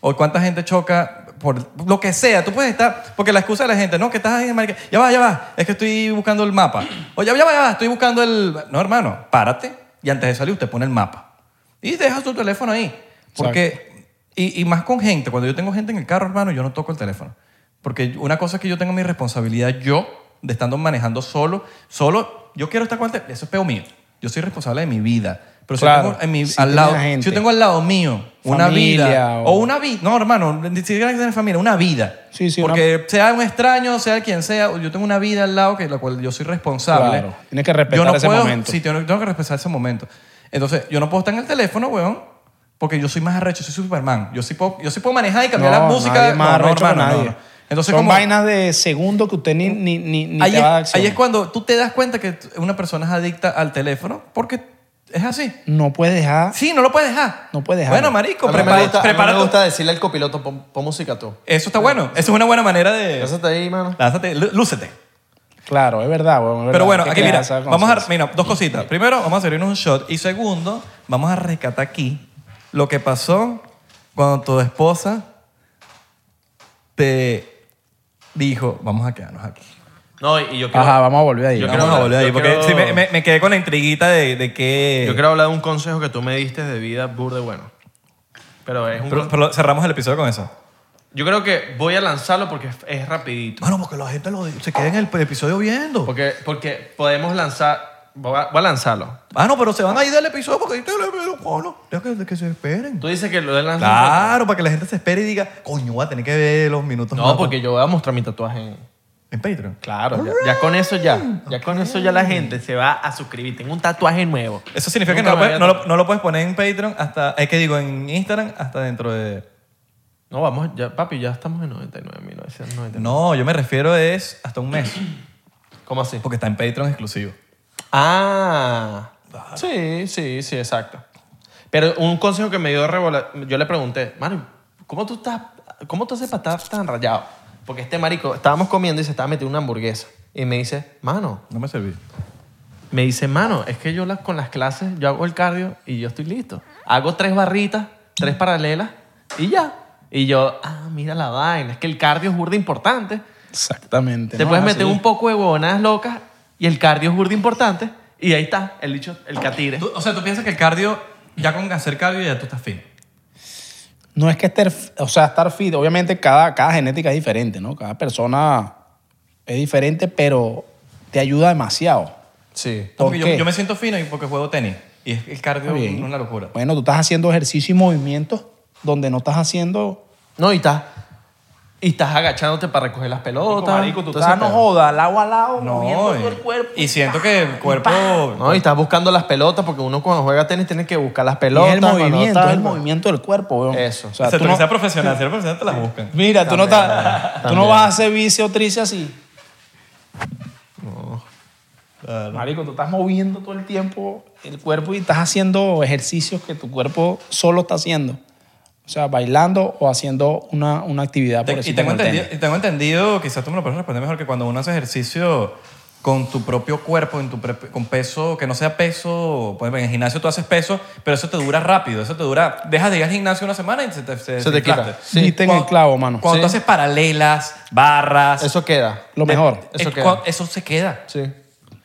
Speaker 1: ¿O cuánta gente choca por lo que sea? Tú puedes estar... Porque la excusa de la gente, no, que estás ahí en marique- Ya va, ya va. Es que estoy buscando el mapa. O ya va, ya va, ya va, Estoy buscando el... No, hermano, párate. Y antes de salir usted pone el mapa. Y deja tu teléfono ahí. Porque... Y, y más con gente. Cuando yo tengo gente en el carro, hermano, yo no toco el teléfono. Porque una cosa es que yo tengo mi responsabilidad yo de estando manejando solo. Solo, yo quiero estar con el teléfono. Eso es peo mío. Yo soy responsable de mi vida. Pero si
Speaker 2: Claro,
Speaker 1: yo tengo en mi-
Speaker 2: si
Speaker 1: al
Speaker 2: tienes
Speaker 1: lado,
Speaker 2: a gente.
Speaker 1: si yo tengo al lado mío una
Speaker 2: Familia
Speaker 1: vida o,
Speaker 2: o-
Speaker 1: una vida, no hermano, ni siquiera que tener familia, una vida.
Speaker 2: Sí, sí,
Speaker 1: Porque sea un extraño, sea quien sea, yo tengo una vida al lado que la cual yo soy responsable.
Speaker 2: Claro, tienes que respetar
Speaker 1: Yo no
Speaker 2: ese
Speaker 1: puedo-
Speaker 2: momento.
Speaker 1: Sí, tengo, tengo que respetar ese momento. Entonces, yo no puedo estar en el teléfono, weón, porque yo soy más arrecho, soy Superman. Yo sí puedo, yo sí puedo manejar y cambiar
Speaker 2: No,
Speaker 1: la música.
Speaker 2: nadie más
Speaker 1: No, no,
Speaker 2: arrecho que
Speaker 1: hermano, no,
Speaker 2: nadie.
Speaker 1: no. Entonces,
Speaker 2: Son
Speaker 1: como-
Speaker 2: vainas de segundo que usted ni, ni, ni, ni
Speaker 1: ahí
Speaker 2: te
Speaker 1: es,
Speaker 2: va a dar acción.
Speaker 1: ahí es cuando tú te das cuenta que t- una persona es adicta al teléfono porque es así.
Speaker 2: No puedes dejar.
Speaker 1: Sí, no lo puedes dejar.
Speaker 2: No puedes dejar.
Speaker 1: Bueno, marico,
Speaker 3: A mí me
Speaker 1: prepara,
Speaker 3: gusta- a mí
Speaker 1: prepara
Speaker 3: me
Speaker 1: tu-
Speaker 3: gusta decirle al copiloto, pon, pon música tú.
Speaker 1: Eso está bueno. Eso es una buena manera de...
Speaker 3: Lánzate ahí, mano.
Speaker 1: Lánzate, lú- lúcete.
Speaker 2: Claro, es verdad, weón, es verdad.
Speaker 1: Pero bueno,
Speaker 2: Hay que
Speaker 1: aquí
Speaker 2: crear
Speaker 1: mira,
Speaker 2: esa
Speaker 1: vamos a...
Speaker 2: conciencia.
Speaker 1: Mira, dos cositas. Primero, vamos a servirnos un shot. Y segundo, vamos a rescatar aquí lo que pasó cuando tu esposa te dijo, vamos a quedarnos aquí.
Speaker 4: No, y yo quiero,
Speaker 2: Ajá, vamos a volver ahí.
Speaker 4: Yo
Speaker 2: Vamos.
Speaker 4: quiero
Speaker 1: Vamos a
Speaker 4: hablar-
Speaker 1: volver ahí,
Speaker 4: yo
Speaker 1: porque
Speaker 4: quiero-
Speaker 1: sí, me, me- me quedé con la intriguita de, de que...
Speaker 4: yo quiero hablar de un consejo que tú me diste de vida burde bueno. Pero es un
Speaker 1: Pero- pero cerramos el episodio con eso.
Speaker 4: Yo creo que voy a lanzarlo porque es- es rapidito.
Speaker 1: Bueno, porque la gente se queda en el episodio viendo.
Speaker 4: Porque, porque podemos lanzar... Voy a, voy a lanzarlo.
Speaker 1: Ah, no, pero se van a ir del episodio porque yo le pido cono. Deja que, que se esperen.
Speaker 4: Tú dices que lo de lanzar...
Speaker 1: Claro, para que la gente se espere y diga, coño, voy a tener que ver los minutos.
Speaker 3: No,
Speaker 1: más".
Speaker 3: porque yo voy a mostrar mi tatuaje en...
Speaker 1: En Patreon.
Speaker 4: Claro, ya.
Speaker 3: Ya con eso ya. Ya con eso ya la gente se va a suscribir. Tengo un tatuaje nuevo.
Speaker 1: Eso significa que
Speaker 4: Nunca
Speaker 1: no lo,
Speaker 4: me
Speaker 1: puedes,
Speaker 4: había
Speaker 1: no lo- no lo puedes poner en Patreon hasta, es que digo, en Instagram hasta dentro de...
Speaker 4: No, vamos, ya, papi, ya estamos en 99.999.
Speaker 1: No, yo me refiero es hasta un mes,
Speaker 4: ¿Cómo así?
Speaker 1: porque está en Patreon exclusivo.
Speaker 4: Ah.
Speaker 3: Sí, sí, sí, exacto.
Speaker 4: Pero un consejo que me dio Revola, yo le pregunté, Mario, ¿cómo tú estás, cómo tú haces para estar tan rayado?
Speaker 3: Porque este marico, estábamos comiendo y se estaba metiendo una hamburguesa. Y me dice, mano,
Speaker 1: No me serví.
Speaker 3: me dice, mano, es que yo las, con las clases, yo hago el cardio y yo estoy listo. Hago tres barritas, tres paralelas y ya. Y yo, ah, mira la vaina, es que el cardio es burda importante.
Speaker 2: Exactamente.
Speaker 3: Te
Speaker 2: ¿no?
Speaker 3: puedes
Speaker 2: Así.
Speaker 3: meter un poco de huevonadas locas y el cardio es burda importante. Y ahí está, el dicho, el catire.
Speaker 1: o sea, tú piensas que el cardio, ya con hacer cardio ya tú estás fino.
Speaker 2: No es que estar, o sea, estar fit, obviamente cada, cada genética es diferente, ¿no? Cada persona es diferente, pero te ayuda demasiado.
Speaker 3: Sí.
Speaker 2: ¿Por
Speaker 1: Porque yo,
Speaker 2: qué?
Speaker 1: yo me siento fino y porque juego tenis. Y es- el cardio
Speaker 2: Está
Speaker 1: es
Speaker 2: bien.
Speaker 1: una locura.
Speaker 2: Bueno, tú estás haciendo ejercicio y movimientos donde no estás haciendo.
Speaker 3: No, y estás, y estás agachándote para recoger las pelotas. todo ese
Speaker 2: estás, no
Speaker 3: pedo.
Speaker 2: joda, al agua al lado, moviendo
Speaker 1: No, eh.
Speaker 2: todo el cuerpo.
Speaker 1: y, y siento que el cuerpo...
Speaker 3: No, y estás buscando las pelotas porque uno cuando juega tenis tiene que buscar las
Speaker 2: Y
Speaker 3: pelotas.
Speaker 2: es el movimiento,
Speaker 3: manotar,
Speaker 2: es el
Speaker 3: ¿no?
Speaker 2: movimiento del cuerpo, weón.
Speaker 3: Eso.
Speaker 2: O
Speaker 1: O
Speaker 2: sea,
Speaker 1: sea,
Speaker 2: tú
Speaker 1: tú que
Speaker 2: no-
Speaker 1: seas profesional, si eres profesional te las buscan.
Speaker 2: mira, tú no,
Speaker 3: También,
Speaker 2: estás, tú no
Speaker 3: también.
Speaker 2: vas a hacer bici o trice así. Marico, tú estás moviendo todo el tiempo el cuerpo y estás haciendo ejercicios que tu cuerpo solo está haciendo. O sea, bailando o haciendo una, una actividad por
Speaker 1: Te- y,
Speaker 2: decirte,
Speaker 1: tengo
Speaker 2: como el
Speaker 1: entendido,
Speaker 2: tenis.
Speaker 1: y tengo entendido, quizás tú me lo puedes responder mejor, que cuando uno hace ejercicio con tu propio cuerpo, en tu pre- con peso, que no sea peso, pues en el gimnasio tú haces peso, pero eso te dura rápido, eso te dura, dejas de ir al gimnasio una semana y se te, se
Speaker 3: Se te
Speaker 1: desinflaste.
Speaker 3: quita.
Speaker 2: Sí. Diste en el clavo, mano.
Speaker 1: Cuando tú haces paralelas, barras,
Speaker 3: Eso queda.
Speaker 2: Lo
Speaker 1: te-
Speaker 2: mejor.
Speaker 1: es
Speaker 3: Eso queda.
Speaker 1: cua- eso se queda.
Speaker 3: Sí.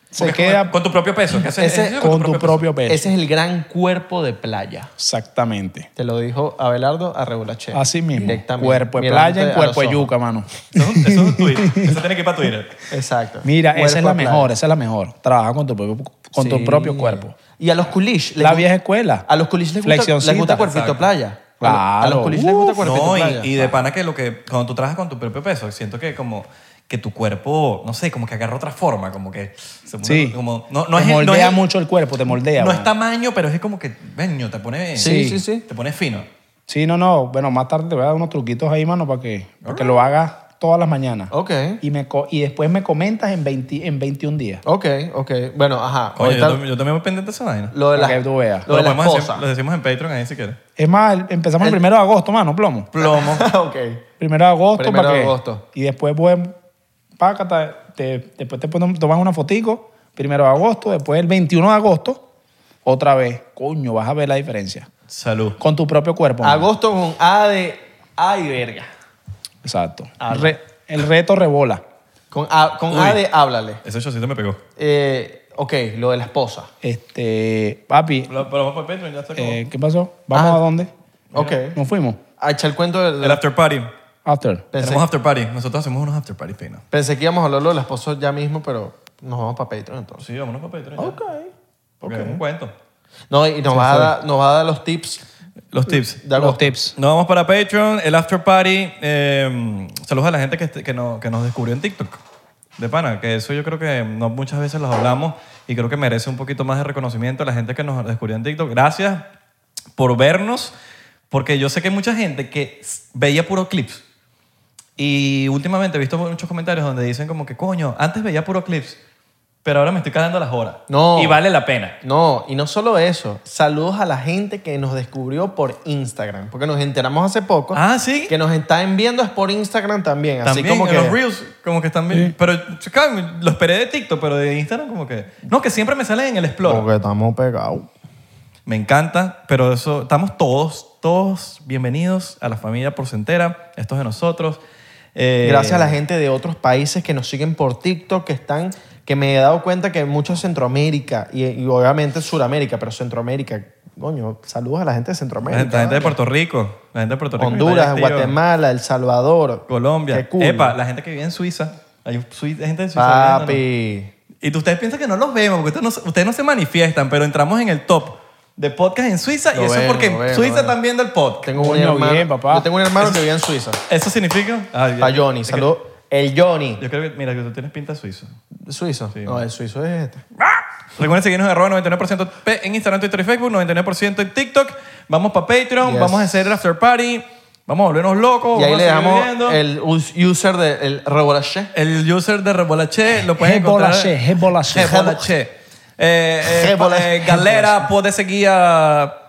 Speaker 2: Se
Speaker 1: Porque es
Speaker 2: queda
Speaker 1: con, con tu propio peso. que haces
Speaker 3: Ese-
Speaker 1: ejercicio
Speaker 2: con tu propio peso.
Speaker 3: Ese es el gran cuerpo de playa.
Speaker 2: Exactamente.
Speaker 3: Te lo dijo Abelardo a Regulache.
Speaker 2: Así mismo.
Speaker 3: Directamente.
Speaker 2: Cuerpo de
Speaker 3: mirándote
Speaker 2: playa en
Speaker 3: a
Speaker 2: cuerpo de
Speaker 3: los ojos.
Speaker 2: yuca, mano.
Speaker 1: peso. Eso, eso es Twitter. Eso tiene que ir para Twitter.
Speaker 3: Exacto.
Speaker 2: Mira, esa
Speaker 3: Cuerpo
Speaker 2: es la
Speaker 3: de playa.
Speaker 2: mejor, esa es la mejor. Trabaja con tu propio, con tu
Speaker 3: Sí.
Speaker 2: propio cuerpo.
Speaker 3: Y a los culish. les
Speaker 2: La
Speaker 3: gu-
Speaker 2: vieja escuela.
Speaker 3: A los culish les gusta, les
Speaker 2: Flexioncita.
Speaker 3: gusta cuerpito
Speaker 1: Exacto.
Speaker 3: playa. A los- A
Speaker 2: Claro.
Speaker 3: los culish les gusta
Speaker 2: Uf,
Speaker 3: cuerpito
Speaker 1: No, y,
Speaker 3: playa.
Speaker 1: y de pana que lo que cuando tú trabajas con tu propio peso, siento que como que tu cuerpo, no sé, como que agarra otra forma, como que se pone-
Speaker 2: Sí.
Speaker 1: como no, no
Speaker 2: te
Speaker 1: es no
Speaker 2: moldea
Speaker 1: es-
Speaker 2: mucho el cuerpo, te moldea.
Speaker 1: no
Speaker 2: mano.
Speaker 1: es tamaño, pero es como que, veño, te pone
Speaker 3: Sí, sí, sí.
Speaker 1: te pone fino.
Speaker 2: Sí, no, no. Bueno, más tarde te voy a dar unos truquitos ahí, mano, para que, para que lo hagas todas las mañanas.
Speaker 3: Ok.
Speaker 2: Y, me, co- y después me comentas en, 20 en 21 días.
Speaker 3: Ok, ok. Bueno, ajá.
Speaker 1: Oye,
Speaker 3: Ahorita
Speaker 1: yo, tam- yo también voy pendiente de esa vaina.
Speaker 3: lo de
Speaker 2: Para
Speaker 3: las,
Speaker 2: que tú veas.
Speaker 3: Lo de
Speaker 1: Lo
Speaker 3: las
Speaker 1: podemos decir-
Speaker 3: cosas.
Speaker 1: lo decimos en Patreon ahí si quieres.
Speaker 2: Es más, el- empezamos el, primero de agosto, mano, plomo.
Speaker 3: *laughs*
Speaker 1: Plomo.
Speaker 3: ok.
Speaker 2: Primero de agosto.
Speaker 3: Primero
Speaker 2: ¿pa'
Speaker 3: de
Speaker 2: qué?
Speaker 3: agosto.
Speaker 2: Y después, pues, pácata, te, después te ponen- tomas una fotico, primero de agosto, después el 21 de agosto, otra vez. Coño, vas a ver la diferencia.
Speaker 1: Salud.
Speaker 2: Con tu propio cuerpo. mano.
Speaker 3: Agosto con A de... Ay, verga.
Speaker 2: Exacto.
Speaker 3: Ah,
Speaker 2: Re- el reto rebola.
Speaker 3: Con A, con A
Speaker 1: Uy.
Speaker 3: de háblale.
Speaker 1: Ese chocito me pegó.
Speaker 3: Eh, ok, lo de la esposa.
Speaker 2: Este, papi,
Speaker 1: Lo- Pero vamos para Patreon, ya está como...
Speaker 2: eh, ¿qué pasó? ¿Vamos
Speaker 3: Ah.
Speaker 2: a dónde?
Speaker 3: Ok.
Speaker 2: ¿Nos fuimos?
Speaker 3: A echar el cuento de...
Speaker 1: El after party.
Speaker 2: After.
Speaker 3: Pensé-
Speaker 1: Tenemos after party. Nosotros hacemos unos after party finos.
Speaker 3: Pensé que íbamos a hablarlo de la esposa ya mismo, pero nos vamos para Patreon entonces.
Speaker 1: Sí, vámonos para Patreon. Ok. Porque es un cuento.
Speaker 3: No, y nos, va a, dar- nos va a dar los tips
Speaker 1: Los tips.
Speaker 3: de agosto.
Speaker 2: Los tips.
Speaker 1: Nos vamos para Patreon, el After Party. eh, saludos a la gente que, este- que, no- que nos descubrió en TikTok. De pana, que eso yo creo que no muchas veces los hablamos y creo que merece un poquito más de reconocimiento a la gente que nos descubrió en TikTok. Gracias por vernos, porque yo sé que hay mucha gente que s- veía puros clips. Y últimamente he visto muchos comentarios donde dicen como que, coño, antes veía puros clips, pero ahora me estoy cagando las horas.
Speaker 3: No.
Speaker 1: Y vale la pena.
Speaker 3: No, y no solo eso. Saludos a la gente que nos descubrió por Instagram, porque nos enteramos hace poco
Speaker 1: Ah, sí.
Speaker 3: que nos están viendo es por Instagram también.
Speaker 1: También
Speaker 3: así como
Speaker 1: en
Speaker 3: que
Speaker 1: los Reels, como que están bien. Pero claro, lo esperé de TikTok, pero de Instagram como que... No, que siempre me salen en el Explore.
Speaker 3: Porque estamos pegados.
Speaker 1: Me encanta, pero eso... Estamos todos, todos bienvenidos a la familia porcentera. Esto es de nosotros. Eh,
Speaker 3: Gracias a la gente de otros países que nos siguen por TikTok, que están, que me he dado cuenta que muchos Centroamérica y, y obviamente Suramérica, pero Centroamérica, coño, saludos a la gente de
Speaker 1: La
Speaker 3: Centroamérica.
Speaker 1: gente, la gente de
Speaker 3: vale.
Speaker 1: Puerto Rico. La gente de Puerto Rico. que está
Speaker 3: Honduras,
Speaker 1: activa.
Speaker 3: Guatemala, El Salvador, Qué
Speaker 1: Colombia.
Speaker 3: cool.
Speaker 1: Epa, la gente que vive en Suiza. Hay sui- gente de Suiza. viéndonos.
Speaker 3: Papi.
Speaker 1: Y tú- ustedes piensan que no los vemos, porque ustedes no, se- ustedes no se manifiestan, pero entramos en el top de podcast en Suiza
Speaker 3: Lo
Speaker 1: y eso
Speaker 3: ven,
Speaker 1: es porque
Speaker 3: lo ven, lo
Speaker 1: Suiza
Speaker 3: ven.
Speaker 1: están viendo el podcast.
Speaker 3: Tengo un
Speaker 2: Coño,
Speaker 3: hermano.
Speaker 2: bien, papá.
Speaker 3: Yo tengo un hermano que vive
Speaker 1: *laughs*
Speaker 3: en Suiza.
Speaker 1: ¿Eso significa? Ay,
Speaker 3: A
Speaker 1: Ah, ya.
Speaker 3: Johnny,
Speaker 1: Es que-
Speaker 3: saludos. El Johnny.
Speaker 1: Yo creo que, mira, que tú tienes pinta de suizo.
Speaker 3: ¿Suizo? no, el suizo es este.
Speaker 1: Recuerden seguirnos en arroba 99% P en Instagram, Twitter y Facebook, 99% en TikTok. Vamos para Patreon,
Speaker 3: Yes.
Speaker 1: vamos a hacer el after party, vamos a volvernos locos.
Speaker 3: Y ahí
Speaker 1: vamos
Speaker 3: le
Speaker 1: a seguir
Speaker 3: damos
Speaker 1: viviendo.
Speaker 3: el us- user de el Rebolaché.
Speaker 1: El user de Rebolache, lo pueden encontrar.
Speaker 2: Rebolache, rebolache.
Speaker 1: Rebolache. Eh, eh,
Speaker 3: Rebola-
Speaker 1: pa- eh, Galera, puede seguir a... a-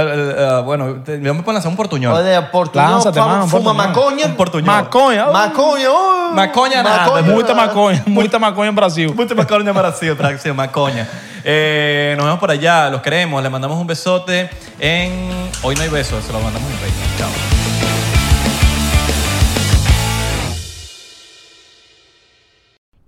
Speaker 1: a- a- bueno, te- yo me puedo lanzar un portuñol.
Speaker 3: O de portuñol,
Speaker 2: Lánzate,
Speaker 3: fam-
Speaker 2: mano,
Speaker 3: fuma
Speaker 2: portuñol.
Speaker 3: macoña.
Speaker 1: Un portuñol.
Speaker 2: Maconha. uh,
Speaker 3: Macoña. oh.
Speaker 1: Maconha nada,
Speaker 2: Muita maconha. Muita maconha en Brasil.
Speaker 1: Mucho más coña para sí, otra acción, más coña. Eh, nos vemos por allá, los queremos, les mandamos un besote en... Hoy no hay besos, se los mandamos en Facebook. Chao.